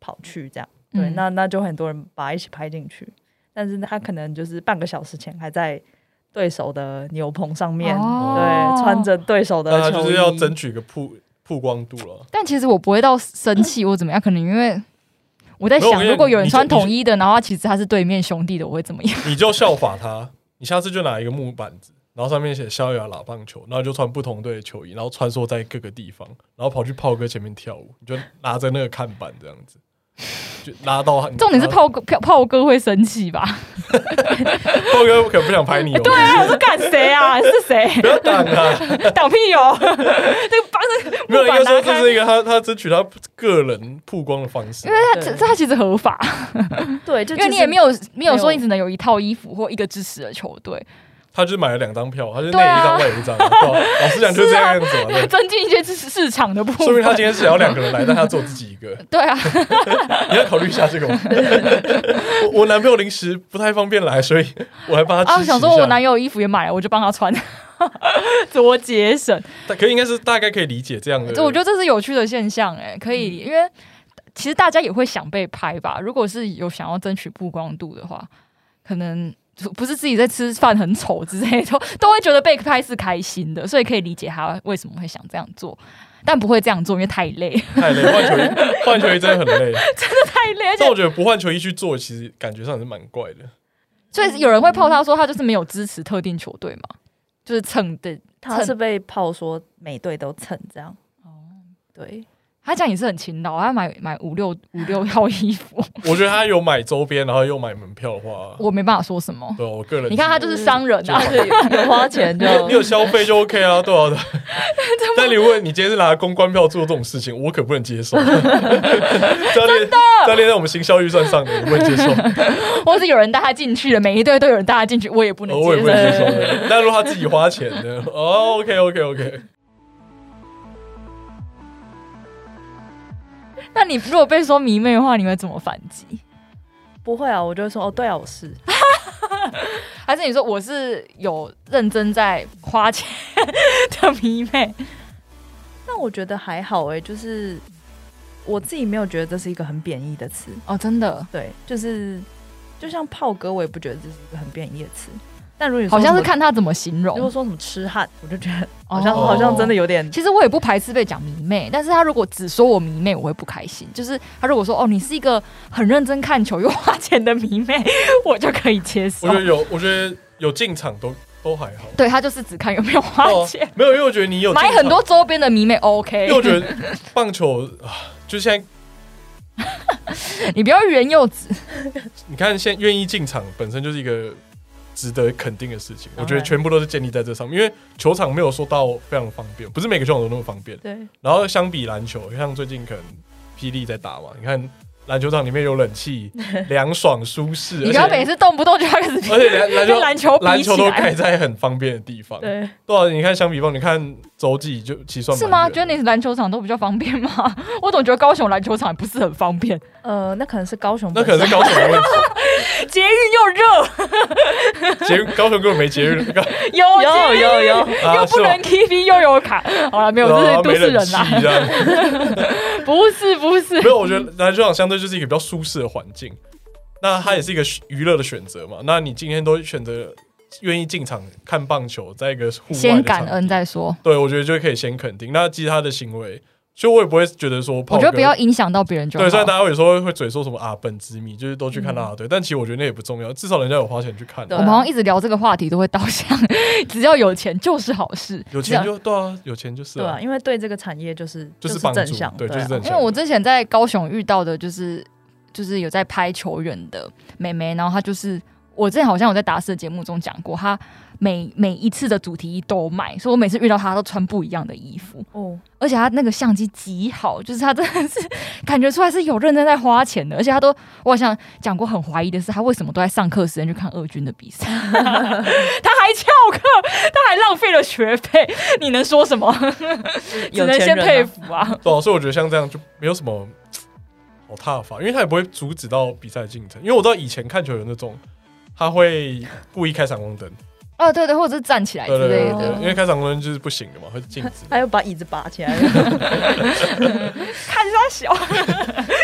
Speaker 3: 跑去这样，对，
Speaker 1: 嗯
Speaker 3: 那那就很多人把他一起拍进去，但是他可能就是半个小时前还在对手的牛棚上面。
Speaker 1: 哦
Speaker 3: 对，穿。着对手的
Speaker 2: 但他
Speaker 3: 球衣，
Speaker 2: 啊就是要争取一个曝曝光度了。
Speaker 1: 但其实我不会到生气或怎么样，可能因为我在
Speaker 2: 没有我
Speaker 1: 想，
Speaker 2: 跟你
Speaker 1: 如果有人穿
Speaker 2: 你就嗯你就
Speaker 1: 统一的，然后他其实他是对面兄弟的，我会怎么样？
Speaker 2: 你就效法他，你下次就拿一个木板子，然后上面写“逍遥喇棒球”，然后就穿不同队的球衣，然后穿梭在各个地方，然后跑去炮哥前面跳舞，你就拿着那个看板这样子，就拉到他。
Speaker 1: 重点是
Speaker 2: 然
Speaker 1: 炮
Speaker 2: 后
Speaker 1: 哥炮炮哥会生气
Speaker 3: *laughs*
Speaker 1: 吧？
Speaker 2: 炮哥可不想拍你哦，
Speaker 1: *laughs* 对啊，我说干谁
Speaker 3: *laughs*
Speaker 1: 啊？是谁？
Speaker 2: 不要挡啊！
Speaker 1: 挡屁哦！ *laughs* 这个帮着
Speaker 2: 没有，
Speaker 1: 木
Speaker 2: 应
Speaker 1: 板
Speaker 2: 该
Speaker 1: 拿
Speaker 2: 说这
Speaker 1: 开，
Speaker 2: 是一个他他争取他个人曝光的方式啊
Speaker 1: 因为。他
Speaker 3: 对
Speaker 1: 这他其实合法，
Speaker 3: 对，就
Speaker 1: 因为你也没有没有说
Speaker 3: 没有
Speaker 1: 你只能有一套衣服或一个支持的球队，
Speaker 2: 他就是买了两张票，他就是
Speaker 1: 对
Speaker 2: 内
Speaker 1: 啊
Speaker 2: 一张外一张啊。对啊老实讲就是这样子嘛，
Speaker 1: *laughs*
Speaker 2: 对。
Speaker 1: 增进一些市市场的部分。
Speaker 2: 说明他今天是想要两个人来，但他只有自己一个。
Speaker 1: 对啊，
Speaker 2: *laughs* 你要考虑一下这
Speaker 1: *laughs*
Speaker 2: 个吗？我我男朋友临时不太方便来，所以我来帮他支持一下。
Speaker 1: 啊，我想说我男友衣服也买了，我就帮他穿， *laughs* 多节省。
Speaker 2: 但可应该是大概可以理解这样的。
Speaker 1: 这我觉得这是有趣的现象、哎，可以，
Speaker 2: 嗯
Speaker 1: 因为其实大家也会想被拍吧。如果是有想要争取曝光度的话，可能就不是自己在吃饭很丑之类的，都 *laughs* 都会觉得被拍是开心的，所以可以理解他为什么会想这样做。但不会这样做，因为太累， *laughs*
Speaker 2: 太累，换球衣换球衣真的很累。
Speaker 1: 太累，而且
Speaker 2: 但我觉得不换球衣去做，其实感觉上也是蛮怪的。
Speaker 1: 所以有人会泡他说他就是没有支持特定球队嘛，就是蹭的
Speaker 3: 哦他是被炮说每队都蹭这样。对，
Speaker 1: 他这样也是很勤劳，他买买五六五六套衣服，
Speaker 2: 我觉得他有买周边，然后又买门票的话，
Speaker 1: 我没办法说什么。
Speaker 2: 对啊我个人
Speaker 1: 你看他就是商人啊，
Speaker 3: 就是 *laughs* 有有花钱就
Speaker 1: *laughs*
Speaker 2: 你有消费就 OK 啊，对啊。对啊但你问你今天是拿公关票做这种事情，我可不
Speaker 1: *laughs*
Speaker 2: 能接受。教练，教练在我们行销预算上的，我不能接受，
Speaker 1: 或是有人带他进去的，每一队都有人带他进去，我也不
Speaker 3: 哦
Speaker 1: 能
Speaker 2: 我
Speaker 1: 接
Speaker 2: 也
Speaker 1: 受。
Speaker 2: 不能接受 *laughs* 的。但如果他自己花钱呢？哦，OK，OK，OK。
Speaker 1: 那你如果被说迷妹的话，你会怎么反击？
Speaker 3: 不会啊，我就会说哦，对啊，我是
Speaker 1: 还是你说我是有认真在花钱 *laughs* 的迷妹？
Speaker 3: 但我觉得还好哎、就是我自己没有觉得这是一个很贬义的词。
Speaker 1: 哦，真的，
Speaker 3: 对，就是就像炮哥，我也不觉得这是一个很贬义的词。但如果你
Speaker 1: 好
Speaker 3: 说
Speaker 1: 像是
Speaker 3: 什么，
Speaker 1: 看他怎么形容
Speaker 3: 如。果说什么痴汉，我就觉得好
Speaker 1: 哦
Speaker 3: 像、好像真的有点。
Speaker 1: 其实我也不排斥被讲迷妹，但是他如果只说我迷妹，我会不开心。就是他如果说哦，你是一个很认真看球又花钱的迷妹， *laughs* 我就可以接受
Speaker 2: 我觉。得有，我觉得有进场都都还好。
Speaker 1: 对他就是只看有没有花
Speaker 2: 哦
Speaker 1: 钱，
Speaker 2: 没有，因为我觉得你有
Speaker 1: *laughs*
Speaker 2: 进
Speaker 1: 买
Speaker 2: 场
Speaker 1: 很多，周边的迷妹哦 OK
Speaker 2: 因为。我觉得棒球啊，就现在
Speaker 1: *laughs* 你不要原柚子，
Speaker 2: 你看，现在愿意进场本身就是一个值得肯定的事情。我
Speaker 3: 当然
Speaker 2: 觉得全部都是建立在这上面，因为球场没有说到非常方便，不是每个球场都那么方便。
Speaker 3: 对，
Speaker 2: 然后相比篮球，像最近可能霹雳在打嘛，你看篮球场里面有冷气，凉爽舒适，
Speaker 1: 你
Speaker 2: 而
Speaker 1: 不要
Speaker 2: 且
Speaker 1: 每次动不动就要开始
Speaker 2: *laughs*
Speaker 1: *laughs*
Speaker 2: 而且篮篮
Speaker 1: 跟
Speaker 2: 球
Speaker 1: 篮球
Speaker 2: 篮
Speaker 1: 比起
Speaker 2: 球都盖
Speaker 1: 来，
Speaker 2: 在很方便的地方。
Speaker 3: 对，
Speaker 2: 对啊，你看相比方，你看洲际就其实算
Speaker 1: 是吗？
Speaker 2: 蛮
Speaker 1: 觉
Speaker 2: 远
Speaker 1: 得你篮球场都比较方便吗？ *laughs* 我总觉得高雄篮球场也不是很方便，
Speaker 3: 呃，那可能是高雄
Speaker 2: 那
Speaker 3: 本
Speaker 2: 可
Speaker 3: 身，
Speaker 2: 能是高雄的问题，
Speaker 1: *laughs* 捷运
Speaker 2: 捷运高雄根本没捷运，高
Speaker 1: 又热，有捷
Speaker 3: 有
Speaker 1: 运
Speaker 3: 有有，
Speaker 1: *laughs*
Speaker 2: 啊
Speaker 1: 又不
Speaker 2: 是吗
Speaker 1: 能 K P 又有卡，好了，没有，
Speaker 2: 然
Speaker 1: 这是
Speaker 2: 后
Speaker 1: 都
Speaker 2: 啊没
Speaker 1: 市
Speaker 2: 冷
Speaker 1: 人啊
Speaker 2: 气
Speaker 1: 啦，
Speaker 2: 这样。
Speaker 1: *laughs* 不是不是
Speaker 2: 没，有，我觉得篮球场相对就是一个比较舒适的环境，那它也是一个娱乐的选择嘛。那你今天都选择愿意进场看棒球，在一个户外的
Speaker 1: 先
Speaker 2: 场
Speaker 1: 感恩
Speaker 2: 地
Speaker 1: 再说。
Speaker 2: 对，我觉得就可以先肯定。那其实他的行为，所以我也不会觉得说炮
Speaker 1: 我
Speaker 2: 哥，
Speaker 1: 觉得不要影响到别人就好
Speaker 2: 对，。虽然大家有时候会嘴说什么啊本之迷，就是都去看啦啦队，但其实我觉得那也不重要，至少人家有花钱去看啊、
Speaker 3: 对
Speaker 1: 我们好像一直聊这个话题都会导向， *laughs* 只要有钱就是好事，
Speaker 2: 有钱就对啊，有钱就是
Speaker 3: 对
Speaker 2: 啊，
Speaker 3: 啊，因为对这个产业就是
Speaker 2: 就是帮助
Speaker 3: 正向，，
Speaker 2: 对，就
Speaker 3: 啊
Speaker 2: 是正
Speaker 1: 因
Speaker 2: 向。
Speaker 1: 为我之前在高雄遇到的就是就是有在拍球员的妹妹，然后她就是我之前好像有在达斯的节目中讲过，她每每一次的主题衣都买，所以我每次遇到她都穿不一样的衣服，
Speaker 3: 哦，
Speaker 1: 而且她那个相机极好，就是她真的是感觉出来是有认真在花钱的，而且她都我好像讲过很怀疑的是，她为什么都在上课时间去看二军的比赛，她还翘课，她还浪费了学费，你能说什
Speaker 3: *laughs*
Speaker 1: 么？只
Speaker 3: 有
Speaker 1: 能
Speaker 3: 钱
Speaker 1: 先
Speaker 3: 人啊
Speaker 1: 佩服啊。
Speaker 2: 对啊，所以我觉得像这样就没有什么好踏法，因为他也不会阻止到比赛进程。因为我知道以前看球有那种，他会故意开闪光灯，
Speaker 1: 哦，对对，或者是站起来之
Speaker 2: 对对
Speaker 1: 类
Speaker 2: 对
Speaker 1: 的，
Speaker 2: 对，因为开闪光灯就是不行的嘛，会禁
Speaker 3: *laughs*
Speaker 2: 止。
Speaker 3: 还有把椅子拔起来，
Speaker 2: *laughs*
Speaker 1: 看他小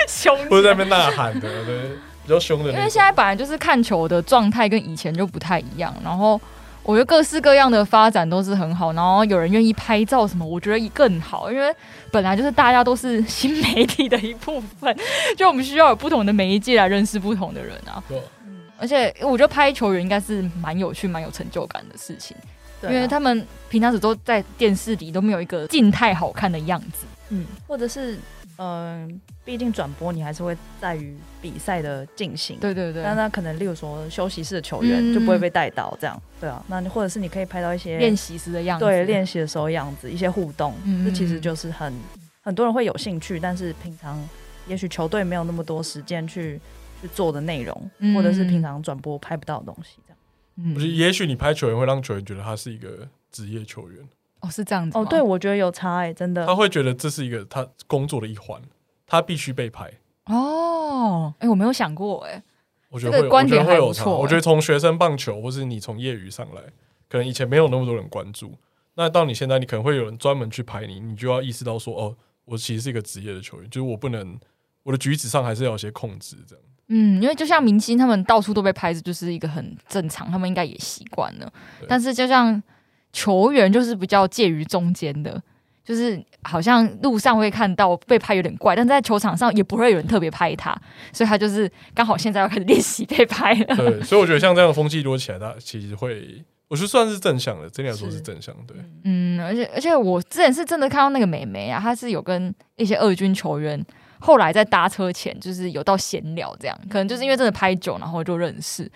Speaker 1: 凶
Speaker 2: 不是在那边呐喊的，对，比较凶的
Speaker 1: 因
Speaker 2: 那
Speaker 1: 为
Speaker 2: 种。
Speaker 1: 现在本来就是看球的状态跟以前就不太一样，然后我觉得各式各样的发展都是很好，然后有人愿意拍照什么，我觉得更好，因为本来就是大家都是新媒体的一部分， *laughs* 就我们需要有不同的媒介来认识不同的人啊。
Speaker 2: 对
Speaker 3: 嗯
Speaker 1: 而且我觉得拍球员应该是蛮有趣、蛮有成就感的事情，因
Speaker 3: 对啊
Speaker 1: 为他们平常时都在电视里都没有一个静态好看的样子。
Speaker 3: 嗯，或者是嗯、毕竟转播你还是会在于比赛的进行，
Speaker 1: 对对对，啊
Speaker 3: 那那可能，例如说休息室的球员、
Speaker 1: 嗯
Speaker 3: 就不会被带到这样，对啊。那你或者是你可以拍到一些
Speaker 1: 练习时的样子，
Speaker 3: 对练习的时候样子，一些互动，
Speaker 1: 嗯
Speaker 3: 这其实就是很很多人会有兴趣，但是平常也许球队没有那么多时间去去做的内容，
Speaker 1: 嗯
Speaker 3: 或者是平常转播拍不到的东西，这样。
Speaker 1: 嗯
Speaker 2: 我觉得也许你拍球员会让球员觉得他是一个职业球员，
Speaker 1: 哦，是这样子吗哦
Speaker 3: 哦，对，，我觉得有差哎、真的
Speaker 2: 他。会觉得这是一个他工作的一环，他必须被拍。
Speaker 1: 哦，哎、我没有想过、哎，
Speaker 2: 我觉得
Speaker 1: 这
Speaker 2: 会
Speaker 1: 个
Speaker 2: 有，
Speaker 1: 观
Speaker 2: 我觉得
Speaker 1: 点
Speaker 2: 会
Speaker 1: 还
Speaker 2: 有
Speaker 1: 不
Speaker 2: 差。
Speaker 1: 错
Speaker 2: 我觉得从学生棒球，或是你从业余上来，可能以前没有那么多人关注，那到你现在，你可能会有人专门去拍你，你就要意识到说，哦，我其实是一个职业的球员，就是我不能我的举止上还是要有些控制，这样。
Speaker 1: 嗯，因为就像明星他们到处都被拍，这就是一个很正常，他们应该也习惯了
Speaker 2: 对。
Speaker 1: 但是就像球员，就是比较介于中间的，就是好像路上会看到被拍有点怪，但在球场上也不会有人特别拍他，所以他就是刚好现在要开始练习被拍了。
Speaker 2: 对，所以我觉得像这样的风气如果起来，它其实会我是算是正向的，整体来说是
Speaker 3: 是
Speaker 2: 正向，对，
Speaker 1: 嗯，而且而且我之前是真的看到那个美眉啊，她是有跟一些二军球员后来在搭车前就是有到闲聊，这样可能就是因为真的拍久，然后就认识，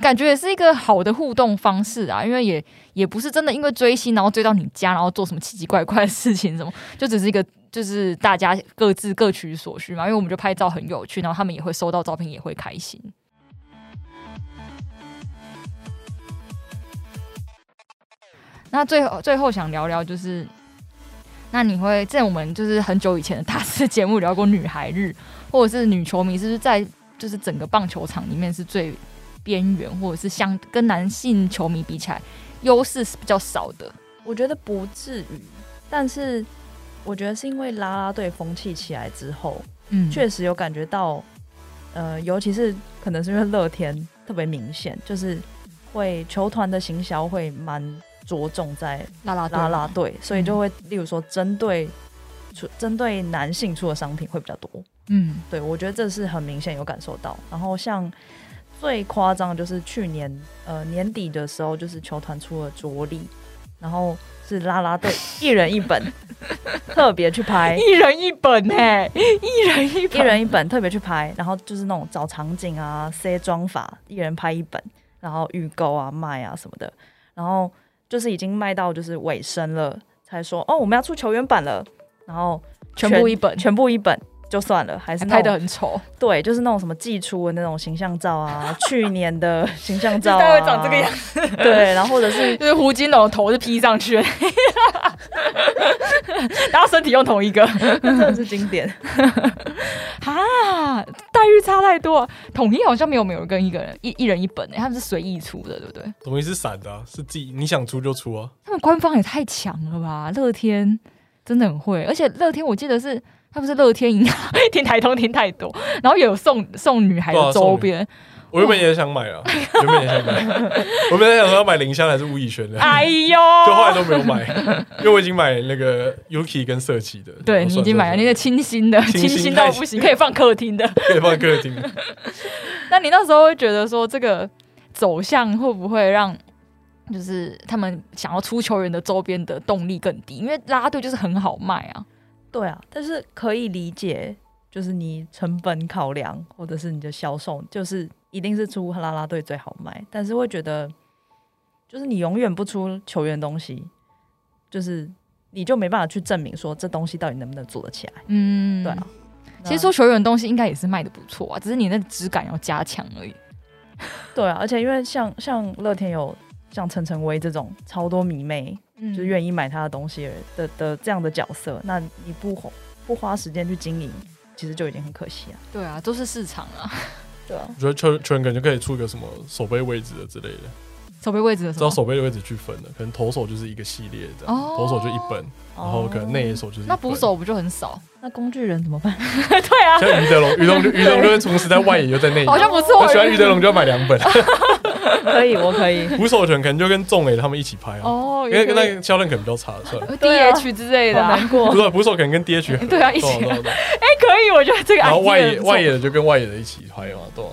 Speaker 1: 感觉也是一个好的互动方式啊，因为也也不是真的因为追星然后追到你家，然后做什么奇奇怪怪的事情什么，就只是一个。就是大家各自各取所需嘛，因为我们就拍照很有趣，然后他们也会收到照片，也会开心。那最后最后想聊聊就是，那你会在我们就是很久以前的大师节目聊过女孩日， *laughs* 或者是女球迷是不是在就是整个棒球场里面是最边缘，或者是相跟男性球迷比起来，优势是比较少的。
Speaker 3: 我觉得不至于，但是我觉得是因为啦啦队风气起来之后，
Speaker 1: 嗯
Speaker 3: 确实有感觉到，呃，尤其是可能是因为乐天特别明显，就是会球团的行销会蛮着重在
Speaker 1: 拉拉队嗯
Speaker 3: 啦啦，队，所以就会例如说针对出针对男性出的商品会比较多。
Speaker 1: 嗯
Speaker 3: 对，我觉得这是很明显有感受到。然后像最夸张的就是去年呃年底的时候，就是球团出了着力，然后是啦
Speaker 1: *laughs*
Speaker 3: 啦队一人一本，特别去拍。
Speaker 1: 一人一本哎、一人一
Speaker 3: 一
Speaker 1: 本，
Speaker 3: 人一本，特别去拍，然后就是那种找场景啊、塞妆法，一人拍一本，然后预购啊、卖啊什么的，然后就是已经卖到就是尾声了，才说哦我们要出球员版了，然后
Speaker 1: 全部一本，
Speaker 3: 全部一本就算了，还是
Speaker 1: 还
Speaker 3: 那
Speaker 1: 拍的
Speaker 3: 种
Speaker 1: 很丑，
Speaker 3: 对，就是那种什么寄出的那种形象照啊，去年的形象照、啊，
Speaker 1: *laughs* 大概会长这个样
Speaker 3: 子。对，然后或者
Speaker 1: *laughs*
Speaker 3: 是
Speaker 1: 就是胡金龙的头是披上 *laughs* 去的，然后身体用同一个。
Speaker 3: 真的是经典，
Speaker 1: 啊，待遇差太多。统一好像没有每人跟一个人一一人一本、欸，他们是随意出的，对不对？
Speaker 2: 统一是散的、啊，是自己你想出就出啊。
Speaker 1: 他们官方也太强了吧！乐天真的很会，而且乐天我记得是他不是乐 *laughs* 天银行听台通听太多，然后也有送送女孩
Speaker 2: 对
Speaker 1: 的
Speaker 2: 啊送
Speaker 1: 周
Speaker 2: 女
Speaker 1: 边。
Speaker 2: 我原本也想买
Speaker 1: *laughs*
Speaker 2: 啊，原本也想买，我本来想说要买林香还是吴以轩的，
Speaker 1: 哎呦，
Speaker 2: 啊 *laughs* 就后来都没有买，因为我已经买那个 Yuki 跟色奇的。
Speaker 1: 对
Speaker 2: 然后
Speaker 1: 你
Speaker 2: 算
Speaker 1: 已经买了那个
Speaker 2: 算
Speaker 1: 清新的，
Speaker 2: 清
Speaker 1: 清
Speaker 2: 新
Speaker 1: 新
Speaker 2: 太
Speaker 1: 到不行，可以放客厅的。
Speaker 2: 算可以放客厅。
Speaker 1: *laughs* 那你那时候会觉得说，这个走向会不会让就是他们想要出球员的周边的动力更低？因为拉队就是很好卖啊。
Speaker 3: 对啊，但是可以理解，就是你成本考量，或者是你的销售，就是一定是出啦啦队最好卖，但是会觉得，就是你永远不出球员东西，就是你就没办法去证明说这东西到底能不能做得起来，
Speaker 1: 嗯，
Speaker 3: 对啊。
Speaker 1: 其实说球员的东西应该也是卖的不错啊，只是你那个质感要加强而已。
Speaker 3: 那对啊，而且因为像像乐天有像陈晨威这种超多迷妹，
Speaker 1: 嗯
Speaker 3: 就是愿意买他的东西的的的这样的角色，那你不花不花时间去经营，其实就已经很可惜了。
Speaker 1: 对啊，都是市场啊，
Speaker 3: 对啊，
Speaker 2: 我觉得球球员可能就可以出一个什么守备位置的之类的，
Speaker 1: 守备位置的时
Speaker 2: 照
Speaker 1: 候。
Speaker 2: 守备的位置去分的，可能投手就是一个系列这样，
Speaker 1: 嗯哦
Speaker 2: 投手就一本，然后可能内野手就是一本
Speaker 1: 那捕。手不就很少？
Speaker 3: 哦那工具人怎么办？
Speaker 1: 对啊，
Speaker 2: 像于德龙，于龙就于龙就会同时在外野又在内野。
Speaker 1: 好像不错。
Speaker 2: 我喜欢于德龙就要买两本，
Speaker 3: *laughs* 可以，我 *laughs* 可以。
Speaker 2: 捕手权可能就跟仲磊他们一起拍啊，
Speaker 1: 哦，
Speaker 2: 因为
Speaker 1: 有
Speaker 2: 跟
Speaker 1: 可
Speaker 2: 那
Speaker 1: 能
Speaker 2: 个销量可能比较差，算了。
Speaker 3: 对啊
Speaker 1: DH 之类的
Speaker 3: 好
Speaker 1: 啊，
Speaker 3: 难过
Speaker 2: 不。是捕手可能跟 DH
Speaker 1: *laughs*
Speaker 2: 合
Speaker 1: 对啊一起
Speaker 2: 懂懂懂
Speaker 1: 哎，可以，我觉得这个
Speaker 2: 哦然后
Speaker 1: idea
Speaker 2: 外
Speaker 1: 很
Speaker 2: 野
Speaker 1: 不错
Speaker 2: 外野的就跟外野的一起拍嘛，啊懂吗？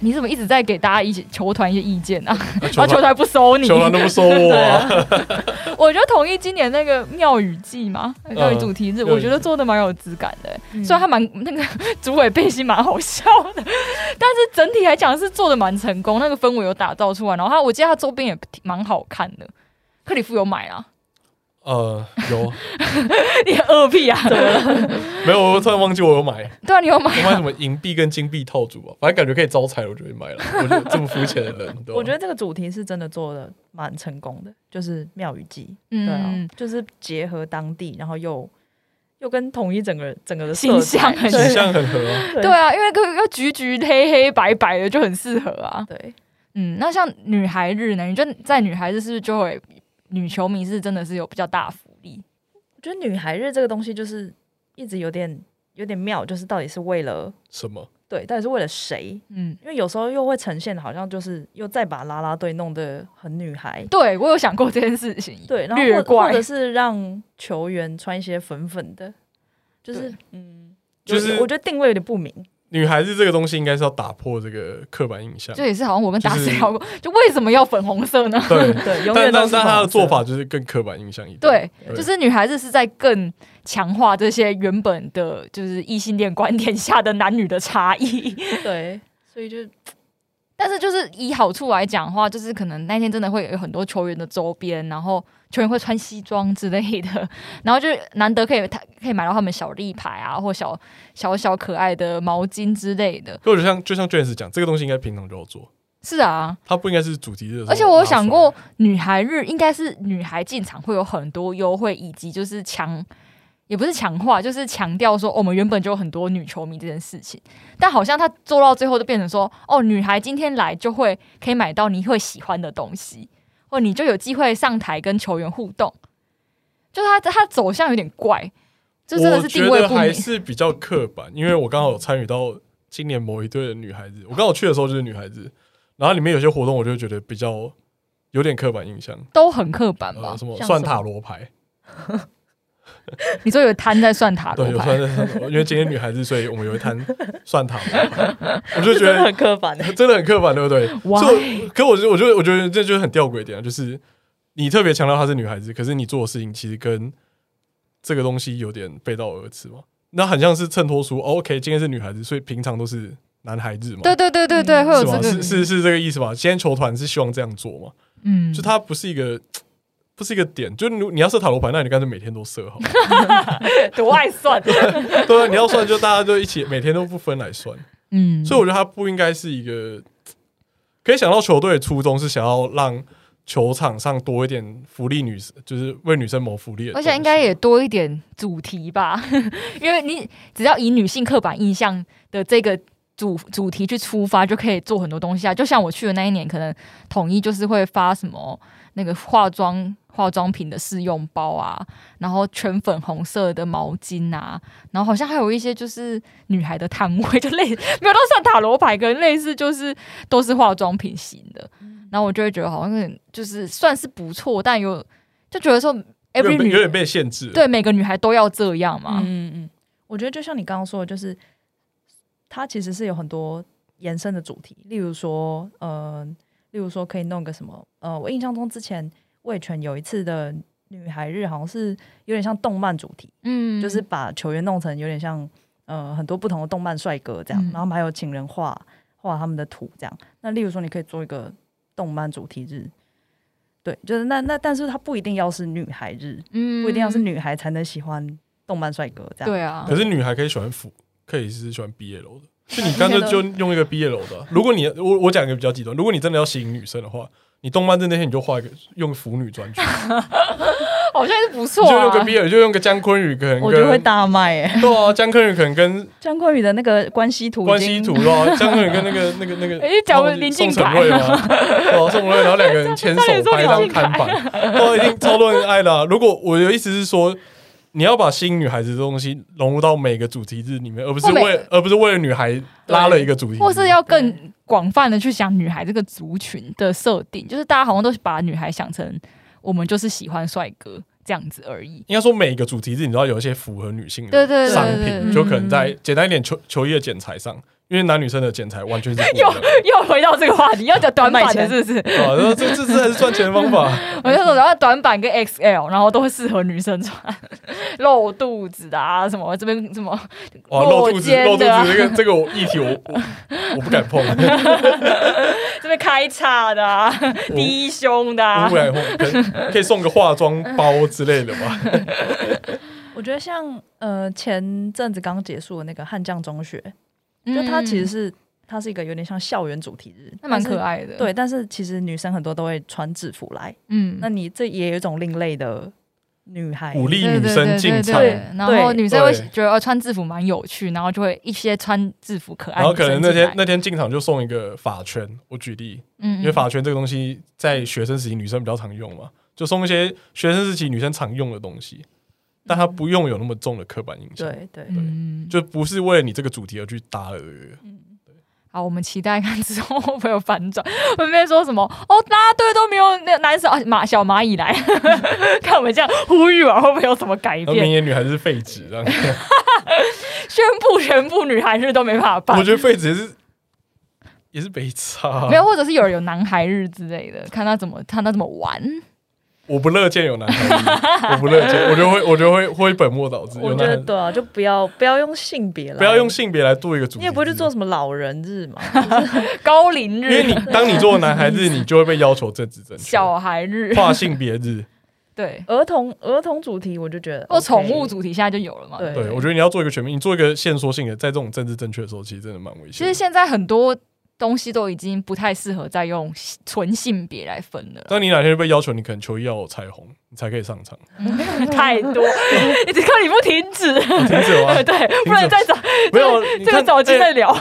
Speaker 1: 你怎么一直在给大家一些球团一些意见啊？
Speaker 2: 那
Speaker 1: 然后球团不收你，
Speaker 2: 球团都不收我啊，
Speaker 1: 我觉得统一今年那个庙宇季嘛，庙宇主题日，
Speaker 2: 嗯
Speaker 1: 我觉得做的蛮有质感的、
Speaker 3: 嗯
Speaker 1: 虽然他蛮那个 *laughs* 主委背心蛮好笑的，但是整体来讲是做的蛮成功，那个氛围有打造出来。然后他我记得他周边也挺蛮好看的，克里夫有买啊，
Speaker 2: *laughs*
Speaker 1: *laughs*
Speaker 2: 呃，有
Speaker 1: 你很恶屁啊？
Speaker 2: 没有？我突然忘记我有买，
Speaker 1: 对啊，你有买
Speaker 2: 我买什么银币跟金币套组吧，反正感觉可以招财，我就会买了。我就这么肤浅的
Speaker 1: *laughs*
Speaker 2: 人，对吧
Speaker 3: 我觉得这个主题是真的做的蛮成功的，就是庙宇祭，对啊，
Speaker 1: 嗯，
Speaker 3: 就是结合当地，然后又又跟统一整个整个的
Speaker 1: 形
Speaker 3: 色彩
Speaker 1: 象很
Speaker 2: 形象很合啊。
Speaker 3: 对
Speaker 1: 对啊，因为跟要橘橘黑黑白白的就很适合啊。
Speaker 3: 对，
Speaker 1: 嗯，那像女孩日呢？你觉得在女孩日是不是就会女球迷是真的是有比较大福利？
Speaker 3: 我觉得女孩日这个东西就是一直有点有点妙，就是到底是为了
Speaker 2: 什么？
Speaker 3: 对，到底是为了谁？
Speaker 1: 嗯，
Speaker 3: 因为有时候又会呈现好像就是又再把啦啦队弄得很女孩，
Speaker 1: 对我有想过这件事情。
Speaker 3: 对，然后
Speaker 1: 略
Speaker 3: 或
Speaker 1: 怪
Speaker 3: 或者是让球员穿一些粉粉的，就是
Speaker 1: 对
Speaker 3: 嗯，
Speaker 2: 就是
Speaker 3: 有我觉得定位有点不明，
Speaker 2: 女孩子这个东西应该是要打破这个刻板印象。
Speaker 1: 这也是好像我跟达
Speaker 2: 就
Speaker 1: 斯
Speaker 2: 是
Speaker 1: 聊过，就为什么要粉红色
Speaker 2: *laughs*
Speaker 1: 呢？ *laughs*
Speaker 2: 对，
Speaker 3: 对，永
Speaker 2: 但但但
Speaker 3: 远都是粉红色
Speaker 2: 他的做法就是更刻板印象一点。
Speaker 1: 对，就是女孩子是在更强化这些原本的，就是异性恋观点下的男女的差异。 *laughs*
Speaker 3: 对，所以就
Speaker 1: 但是就是以好处来讲的话，就是可能那天真的会有很多球员的周边，然后球员会穿西装之类的， *laughs* 然后就是难得可以他可以买到他们小立牌啊，或小小小可爱的毛巾之类的。
Speaker 2: 可我觉得像就像 James 讲，这个东西应该平常就要做，
Speaker 1: 是啊，
Speaker 2: 它不应该是主题日的时候
Speaker 1: 而且我有想
Speaker 2: 拿
Speaker 1: 过
Speaker 2: 出来，
Speaker 1: 女孩日应该是女孩进场会有很多优惠，以及就是强，也不是强化，就是强调说、哦我们原本就有很多女球迷这件事情。但好像她做到最后就变成说，哦，女孩今天来就会可以买到你会喜欢的东西，或你就有机会上台跟球员互动。就是她她走向有点怪，就真的是定
Speaker 2: 我觉
Speaker 1: 位
Speaker 2: 得
Speaker 1: 不
Speaker 2: 还
Speaker 1: 明。
Speaker 2: 是比较刻板，因为我刚好有参与到今年某一队的女孩子，我刚好去的时候就是女孩子，然后里面有些活动我就觉得比较有点刻板印象，
Speaker 1: 都很刻板吧？
Speaker 2: 呃，什么
Speaker 1: 嗯像
Speaker 2: 算塔？罗牌，
Speaker 1: 你说有摊在算塔罗
Speaker 2: 对，有
Speaker 1: 牌
Speaker 2: 算，塔罗，因为今天女孩子，所以我们有一摊算塔
Speaker 1: *laughs*
Speaker 2: 罗牌，我就觉
Speaker 3: 真的
Speaker 2: 得
Speaker 3: 很刻板的。
Speaker 2: *laughs* 真的很刻板，对不对？
Speaker 1: 哇
Speaker 2: 所以我，可我觉得，我觉得，我觉得这就是很吊诡一点啊，就是你特别强调她是女孩子，可是你做的事情其实跟这个东西有点背道而驰嘛。那很像是衬托出、哦、，OK，今天是女孩子，所以平常都是男孩子嘛，
Speaker 1: 对对对对对，会有
Speaker 2: 是
Speaker 1: 这
Speaker 2: 吗？
Speaker 1: 个
Speaker 2: 是是是这个意思吗？今天球团是希望这样做嘛？
Speaker 1: 嗯，
Speaker 2: 就它不是一个。不是一个点，就你你要设塔罗牌，那你干脆每天都设好。
Speaker 1: 多爱算，
Speaker 2: 对啊，你要算就大家就一起每天都不分来算。
Speaker 1: 嗯，
Speaker 2: 所以我觉得他不应该是一个，可以想到球队的初衷是想要让球场上多一点福利女生，就是为女生谋福利的东
Speaker 1: 而
Speaker 2: 西，
Speaker 1: 且应该也多一点主题吧， *laughs* 因为你只要以女性刻板印象的这个主主题去出发，就可以做很多东西啊。就像我去的那一年，可能统一就是会发什么那个化妆化妆品的试用包啊，然后全粉红色的毛巾啊，然后好像还有一些就是女孩的摊位，就类 *laughs* 没有到像塔罗牌，可能类似就是都是化妆品型的。然后我就会觉得好像有点就是算是不错，但有就觉得说
Speaker 2: 有点
Speaker 1: every
Speaker 2: 被
Speaker 1: 女
Speaker 2: 有点被限制。，
Speaker 1: 对每个女孩都要这样嘛。
Speaker 3: 嗯嗯嗯，我觉得就像你刚刚说的，就是它其实是有很多延伸的主题，例如说，呃，例如说可以弄个什么，呃，我印象中之前魏权有一次的女孩日，好像是有点像动漫主题，
Speaker 1: 嗯
Speaker 3: 就是把球员弄成有点像呃很多不同的动漫帅哥这样，
Speaker 1: 嗯
Speaker 3: 然后我们还有请人画画他们的图这样。那例如说，你可以做一个动漫主题日，对，就是那那，但是它不一定要是女孩日，
Speaker 1: 嗯
Speaker 3: 不一定要是女孩才能喜欢动漫帅哥这样。
Speaker 1: 对啊
Speaker 2: 可，是女孩可以喜欢服，可以是喜欢 BL 的，就你干脆就用一个 BL 的啊。如果你我我讲一个比较极端，如果你真的要吸引女生的话，你动漫日那天你就画一个用腐女专区，
Speaker 1: *laughs* 好像是不 *laughs*
Speaker 2: 你
Speaker 1: 错、
Speaker 2: 就用个
Speaker 1: 啊。
Speaker 2: BL，就用个姜昆宇可能
Speaker 3: 我觉得会
Speaker 2: 跟。
Speaker 3: 大卖耶、
Speaker 2: 对啊，姜昆宇可能跟
Speaker 3: *laughs* 张冠宇的那个关系图已
Speaker 2: 关系
Speaker 3: 经
Speaker 2: 图啊，姜昆宇跟那个那个那
Speaker 1: *laughs*
Speaker 2: 个，
Speaker 1: 哎讲了林
Speaker 2: 宋
Speaker 1: 俊
Speaker 2: 承
Speaker 1: 凯
Speaker 2: 瑞吗？哦，宋承瑞，然后两个人
Speaker 1: 啊
Speaker 2: *laughs* 牵手拍一张看板， *laughs* 哇，一定超多人爱的啊、如果我的意思是说，你要把新女孩子的东西融入到每个主题日里面，而不是
Speaker 1: 或每
Speaker 2: 为而不是为了女孩拉了一个主题日，
Speaker 1: 或是要更广泛的去想女孩这个族群的设定，就是大家好像都是把女孩想成我们就是喜欢帅哥这样子而已。 *laughs*
Speaker 2: 应该说每个主题日，你知道有一些符合女性
Speaker 1: 对
Speaker 2: 的
Speaker 1: 对对
Speaker 2: 商
Speaker 1: 对
Speaker 2: 品，
Speaker 1: 对，
Speaker 2: 就可能在简单一点球球衣的剪裁上，因为男女生的剪裁完全是不
Speaker 1: *laughs*
Speaker 2: 一样的。
Speaker 1: 又回到这个话题，要讲短版的，是不是？
Speaker 2: *laughs* 啊，然后这这这才是赚钱的方法。
Speaker 1: 我就说，然后短版跟 XL，然后都会适合女生穿，露肚子的啊，什么这边什么 *laughs*
Speaker 2: 哇，露肚
Speaker 1: 裸
Speaker 2: 子，
Speaker 1: 肩
Speaker 2: 露肚子，
Speaker 1: 的啊
Speaker 2: 这个这个我议题我我我
Speaker 1: *laughs*
Speaker 2: 不敢碰，我
Speaker 1: 这边开叉的啊，低胸的啊
Speaker 2: 不，敢碰，可能可以送个化妆包之类的吧。
Speaker 3: 我觉得像呃前阵子刚结束的那个汉江中学，就它其实
Speaker 1: 嗯
Speaker 3: 是它是一个有点像校园主题日，
Speaker 1: 那蛮
Speaker 3: 但是
Speaker 1: 可爱的。
Speaker 3: 对，但是其实女生很多都会穿制服来，
Speaker 1: 嗯
Speaker 3: 那你这也有一种另类的女孩
Speaker 2: 鼓励
Speaker 1: 对
Speaker 2: 女
Speaker 1: 对
Speaker 2: 生
Speaker 1: 对
Speaker 2: 进
Speaker 1: 对
Speaker 2: 场，
Speaker 1: 对然后
Speaker 3: 对
Speaker 1: 女生会
Speaker 2: 对
Speaker 1: 觉得哦穿制服蛮有趣，然后就会一些穿制服可爱
Speaker 2: 然
Speaker 1: 的
Speaker 2: 后
Speaker 1: 女
Speaker 2: 可
Speaker 1: 生进来。
Speaker 2: 能那天那天进场就送一个发圈，我举例，
Speaker 1: 嗯，嗯
Speaker 2: 因为发圈这个东西在学生时期女生比较常用嘛，就送一些学生时期女生常用的东西，但它不用有那么重的刻板印象，
Speaker 3: 对对，
Speaker 1: 嗯，
Speaker 2: 就不是为了你这个主题而去搭了这个。
Speaker 1: 好，我们期待看之后会不会有反转。 *laughs* 我们说什么哦，大家队都没有那男生啊，马小蚂蚁来，
Speaker 2: *laughs*
Speaker 1: 看我们这样呼吁啊，会不会有什么改
Speaker 2: 然后明
Speaker 1: 变？
Speaker 2: 年女孩子是废纸这样，
Speaker 1: 宣布全部女孩日都没办法办
Speaker 2: 我。觉得废纸也是也是北差，
Speaker 1: 没有，，或者是有人有男孩日之类的，看他怎么看他怎么
Speaker 2: *laughs*
Speaker 1: 玩。
Speaker 2: 我不乐见有男孩，我不乐见，我觉得会，我觉得会会本末倒置。
Speaker 3: 我
Speaker 2: 有
Speaker 3: 觉
Speaker 2: 男
Speaker 3: 得
Speaker 2: 孩
Speaker 3: 对啊，就不要不要用性别了，
Speaker 2: 不要用，性别来做一个主题，
Speaker 3: 你也不会去做，什么老人日
Speaker 1: *laughs*
Speaker 3: 嘛，
Speaker 1: 高龄
Speaker 2: 因
Speaker 1: 日、
Speaker 2: 为你当你做男孩子，你就会被要求政治正确，
Speaker 1: *laughs* 小孩
Speaker 2: *laughs*
Speaker 1: 日，
Speaker 2: 跨性别
Speaker 1: *laughs*
Speaker 2: 日。
Speaker 1: 对，
Speaker 3: 儿童儿童主题，我就觉得
Speaker 1: 或宠物
Speaker 3: OK
Speaker 1: 主题现在就有了嘛。
Speaker 3: 对
Speaker 2: 对，我觉得你要做一个全面，你做一个线索性的，在这种政治正确的时候，其实真的蛮危
Speaker 1: 其
Speaker 2: 险
Speaker 1: 实
Speaker 2: 的。
Speaker 1: 现在很多东西都已经不太适合再用纯性别来分
Speaker 2: *laughs*
Speaker 1: 了，
Speaker 2: 当你哪天被要求，你可能球衣要有彩虹，你才可以上
Speaker 1: *laughs*
Speaker 2: 场。
Speaker 1: 太多， *laughs* 一直看你不停止，
Speaker 2: 停止了吗？
Speaker 1: 对，不然再找
Speaker 2: 没有，你
Speaker 1: 这个
Speaker 2: 看哎
Speaker 1: 找机再聊，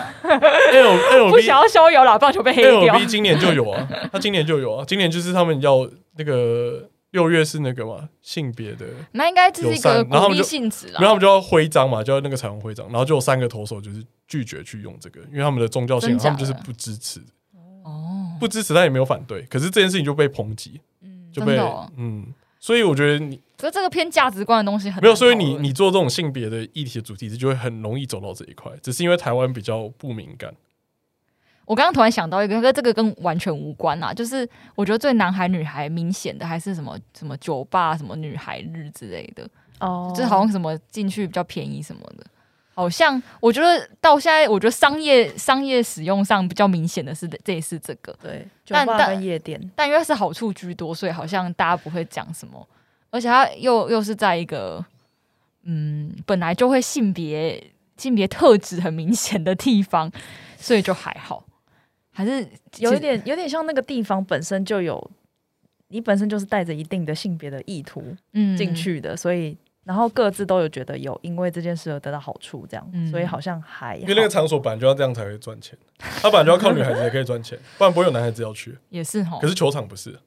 Speaker 2: L
Speaker 1: 不想
Speaker 2: L
Speaker 1: 要逍遥喇，棒球被
Speaker 2: B
Speaker 1: 黑
Speaker 2: L
Speaker 1: 掉
Speaker 2: B。今年就有啊，他今年就有啊，今年就是他们要那个六月是那个嘛性别的，
Speaker 1: 那应该这是一
Speaker 2: 友
Speaker 1: 个
Speaker 2: 善然后
Speaker 1: 鼓
Speaker 2: 他
Speaker 1: 励
Speaker 2: 们就
Speaker 1: 性质
Speaker 2: 然后他
Speaker 1: 啦。
Speaker 2: 们就要徽章嘛，就要那个彩虹徽章，然后就有三个投手就是拒绝去用这个，因为他们的宗教信仰，
Speaker 1: 真假
Speaker 2: 他
Speaker 1: 的
Speaker 2: 们就是不支持，
Speaker 1: 哦，
Speaker 2: 不支持，但也没有反对，可是这件事情就被抨击，
Speaker 3: 嗯
Speaker 2: 就被
Speaker 1: 真的哦
Speaker 2: 嗯。所以我觉得你
Speaker 1: 可是这个偏价值观的东西很
Speaker 2: 没有，
Speaker 1: 难
Speaker 2: 所以
Speaker 1: 讨
Speaker 2: 你
Speaker 1: 论
Speaker 2: 你做这种性别的议题的主题，就会很容易走到这一块。只是因为台湾比较不敏感，
Speaker 1: 我刚刚突然想到一个，跟这个跟完全无关啦，就是我觉得最男孩女孩明显的还是什么什么酒吧什么女孩日之类的，
Speaker 3: 哦
Speaker 1: 就是好像什么进去比较便宜什么的。好像我觉得到现在，我觉得商业商业使用上比较明显的是这是这个，
Speaker 3: 对，酒
Speaker 1: 但
Speaker 3: 吧
Speaker 1: 但
Speaker 3: 跟夜店，
Speaker 1: 但因为是好处居多，所以好像大家不会讲什么，而且它又又是在一个嗯本来就会性别性别特质很明显的地方，所以就还好，还是
Speaker 3: 有一点有点像那个地方本身就有，你本身就是带着一定的性别的意图
Speaker 1: 嗯
Speaker 3: 进。去的，所以然后各自都有觉得有因为这件事而得到好处，这样，
Speaker 1: 嗯
Speaker 3: 所以好像还
Speaker 2: 因为那个
Speaker 3: 好。
Speaker 2: 场所本来就要这样才会
Speaker 1: *laughs*
Speaker 2: 赚钱，他本来就要靠女孩子才可以赚钱，不然不会有男孩子要去。
Speaker 1: 也是哈
Speaker 2: 可，是球场不是，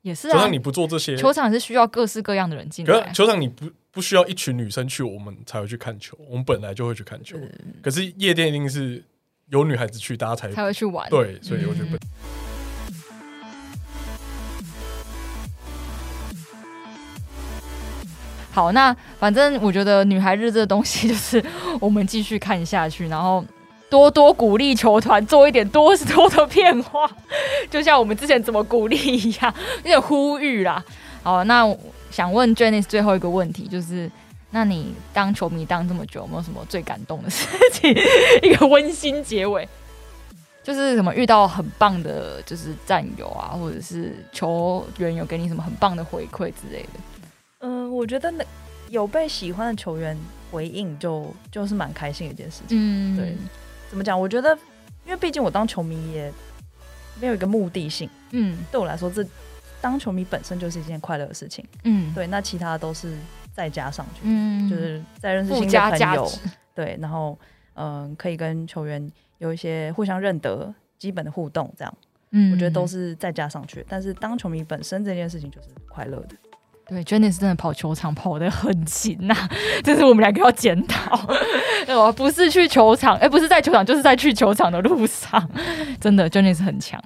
Speaker 1: 也哦是
Speaker 2: 球
Speaker 1: 啊
Speaker 2: 场你。不做这些，
Speaker 1: 球场是需要各式各样的人进
Speaker 2: 可
Speaker 1: 来
Speaker 2: 是，球场你不不需要一群女生去，我们才会去看球，我们本来就会去看球。可是夜店一定是有女孩子去，大家才
Speaker 1: 才会去玩。
Speaker 2: 对，所以我觉得
Speaker 1: 嗯
Speaker 2: 不。
Speaker 1: 好，那反正我觉得女孩日这个东西，就是我们继续看下去，然后多多鼓励球团做一点多多的变化，就像我们之前怎么鼓励一样，有点呼吁啦。好，那我想问 Jenny 最后一个问题，就是那你当球迷当这么久，有没有什么最感动的事情？一个温馨结尾，就是什么遇到很棒的，就是战友啊，或者是球员有给你什么很棒的回馈之类的。
Speaker 3: 嗯，我觉得那有被喜欢的球员回应就，就是蛮开心的一件事情。
Speaker 1: 嗯
Speaker 3: 对，怎么讲？我觉得，因为毕竟我当球迷也没有一个目的性，
Speaker 1: 嗯
Speaker 3: 对我来说，这当球迷本身就是一件快乐的事情。
Speaker 1: 嗯，
Speaker 3: 对，那其他都是再加上去，
Speaker 1: 嗯，
Speaker 3: 就是再认识
Speaker 1: 附
Speaker 3: 新
Speaker 1: 加
Speaker 3: 的
Speaker 1: 价
Speaker 3: 朋友
Speaker 1: 值，，
Speaker 3: 对，然后嗯、可以跟球员有一些互相认得、基本的互动，这样
Speaker 1: 嗯
Speaker 3: 我觉得都是再加上去。但是当球迷本身这件事情就是快乐的，
Speaker 1: 对。Jenny 是真的跑球场跑得很勤呐、这是我们两个要检讨。 *laughs* 我不是去球场，哎、不是在球场，就是在去球场的路上， *laughs* 真的 Jenny 是很强。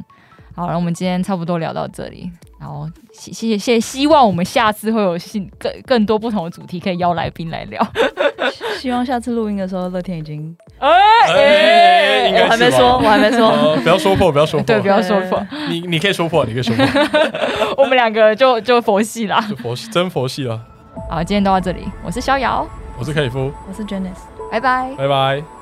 Speaker 1: 好，那我们今天差不多聊到这里，然后谢谢谢，希望我们下次会有新更更多不同的主题可以邀来宾来聊。
Speaker 3: *laughs* 希望下次录音的时候，乐天已经
Speaker 1: 哎、
Speaker 2: 哎应该
Speaker 3: 我还没
Speaker 2: 是吧
Speaker 3: 说，我还没说， *laughs*
Speaker 2: 呃不要说破，不要说破，
Speaker 1: 对，不要说破，
Speaker 3: 嗯
Speaker 2: 你你可以说破，你可以说破，
Speaker 1: 我们两个就就佛系啦。
Speaker 2: 就佛系真佛系了。
Speaker 1: 好，今天都到这里，我是逍遥，
Speaker 2: 我是凯夫，
Speaker 3: 我是 Janice。
Speaker 1: 拜拜。
Speaker 2: 拜拜。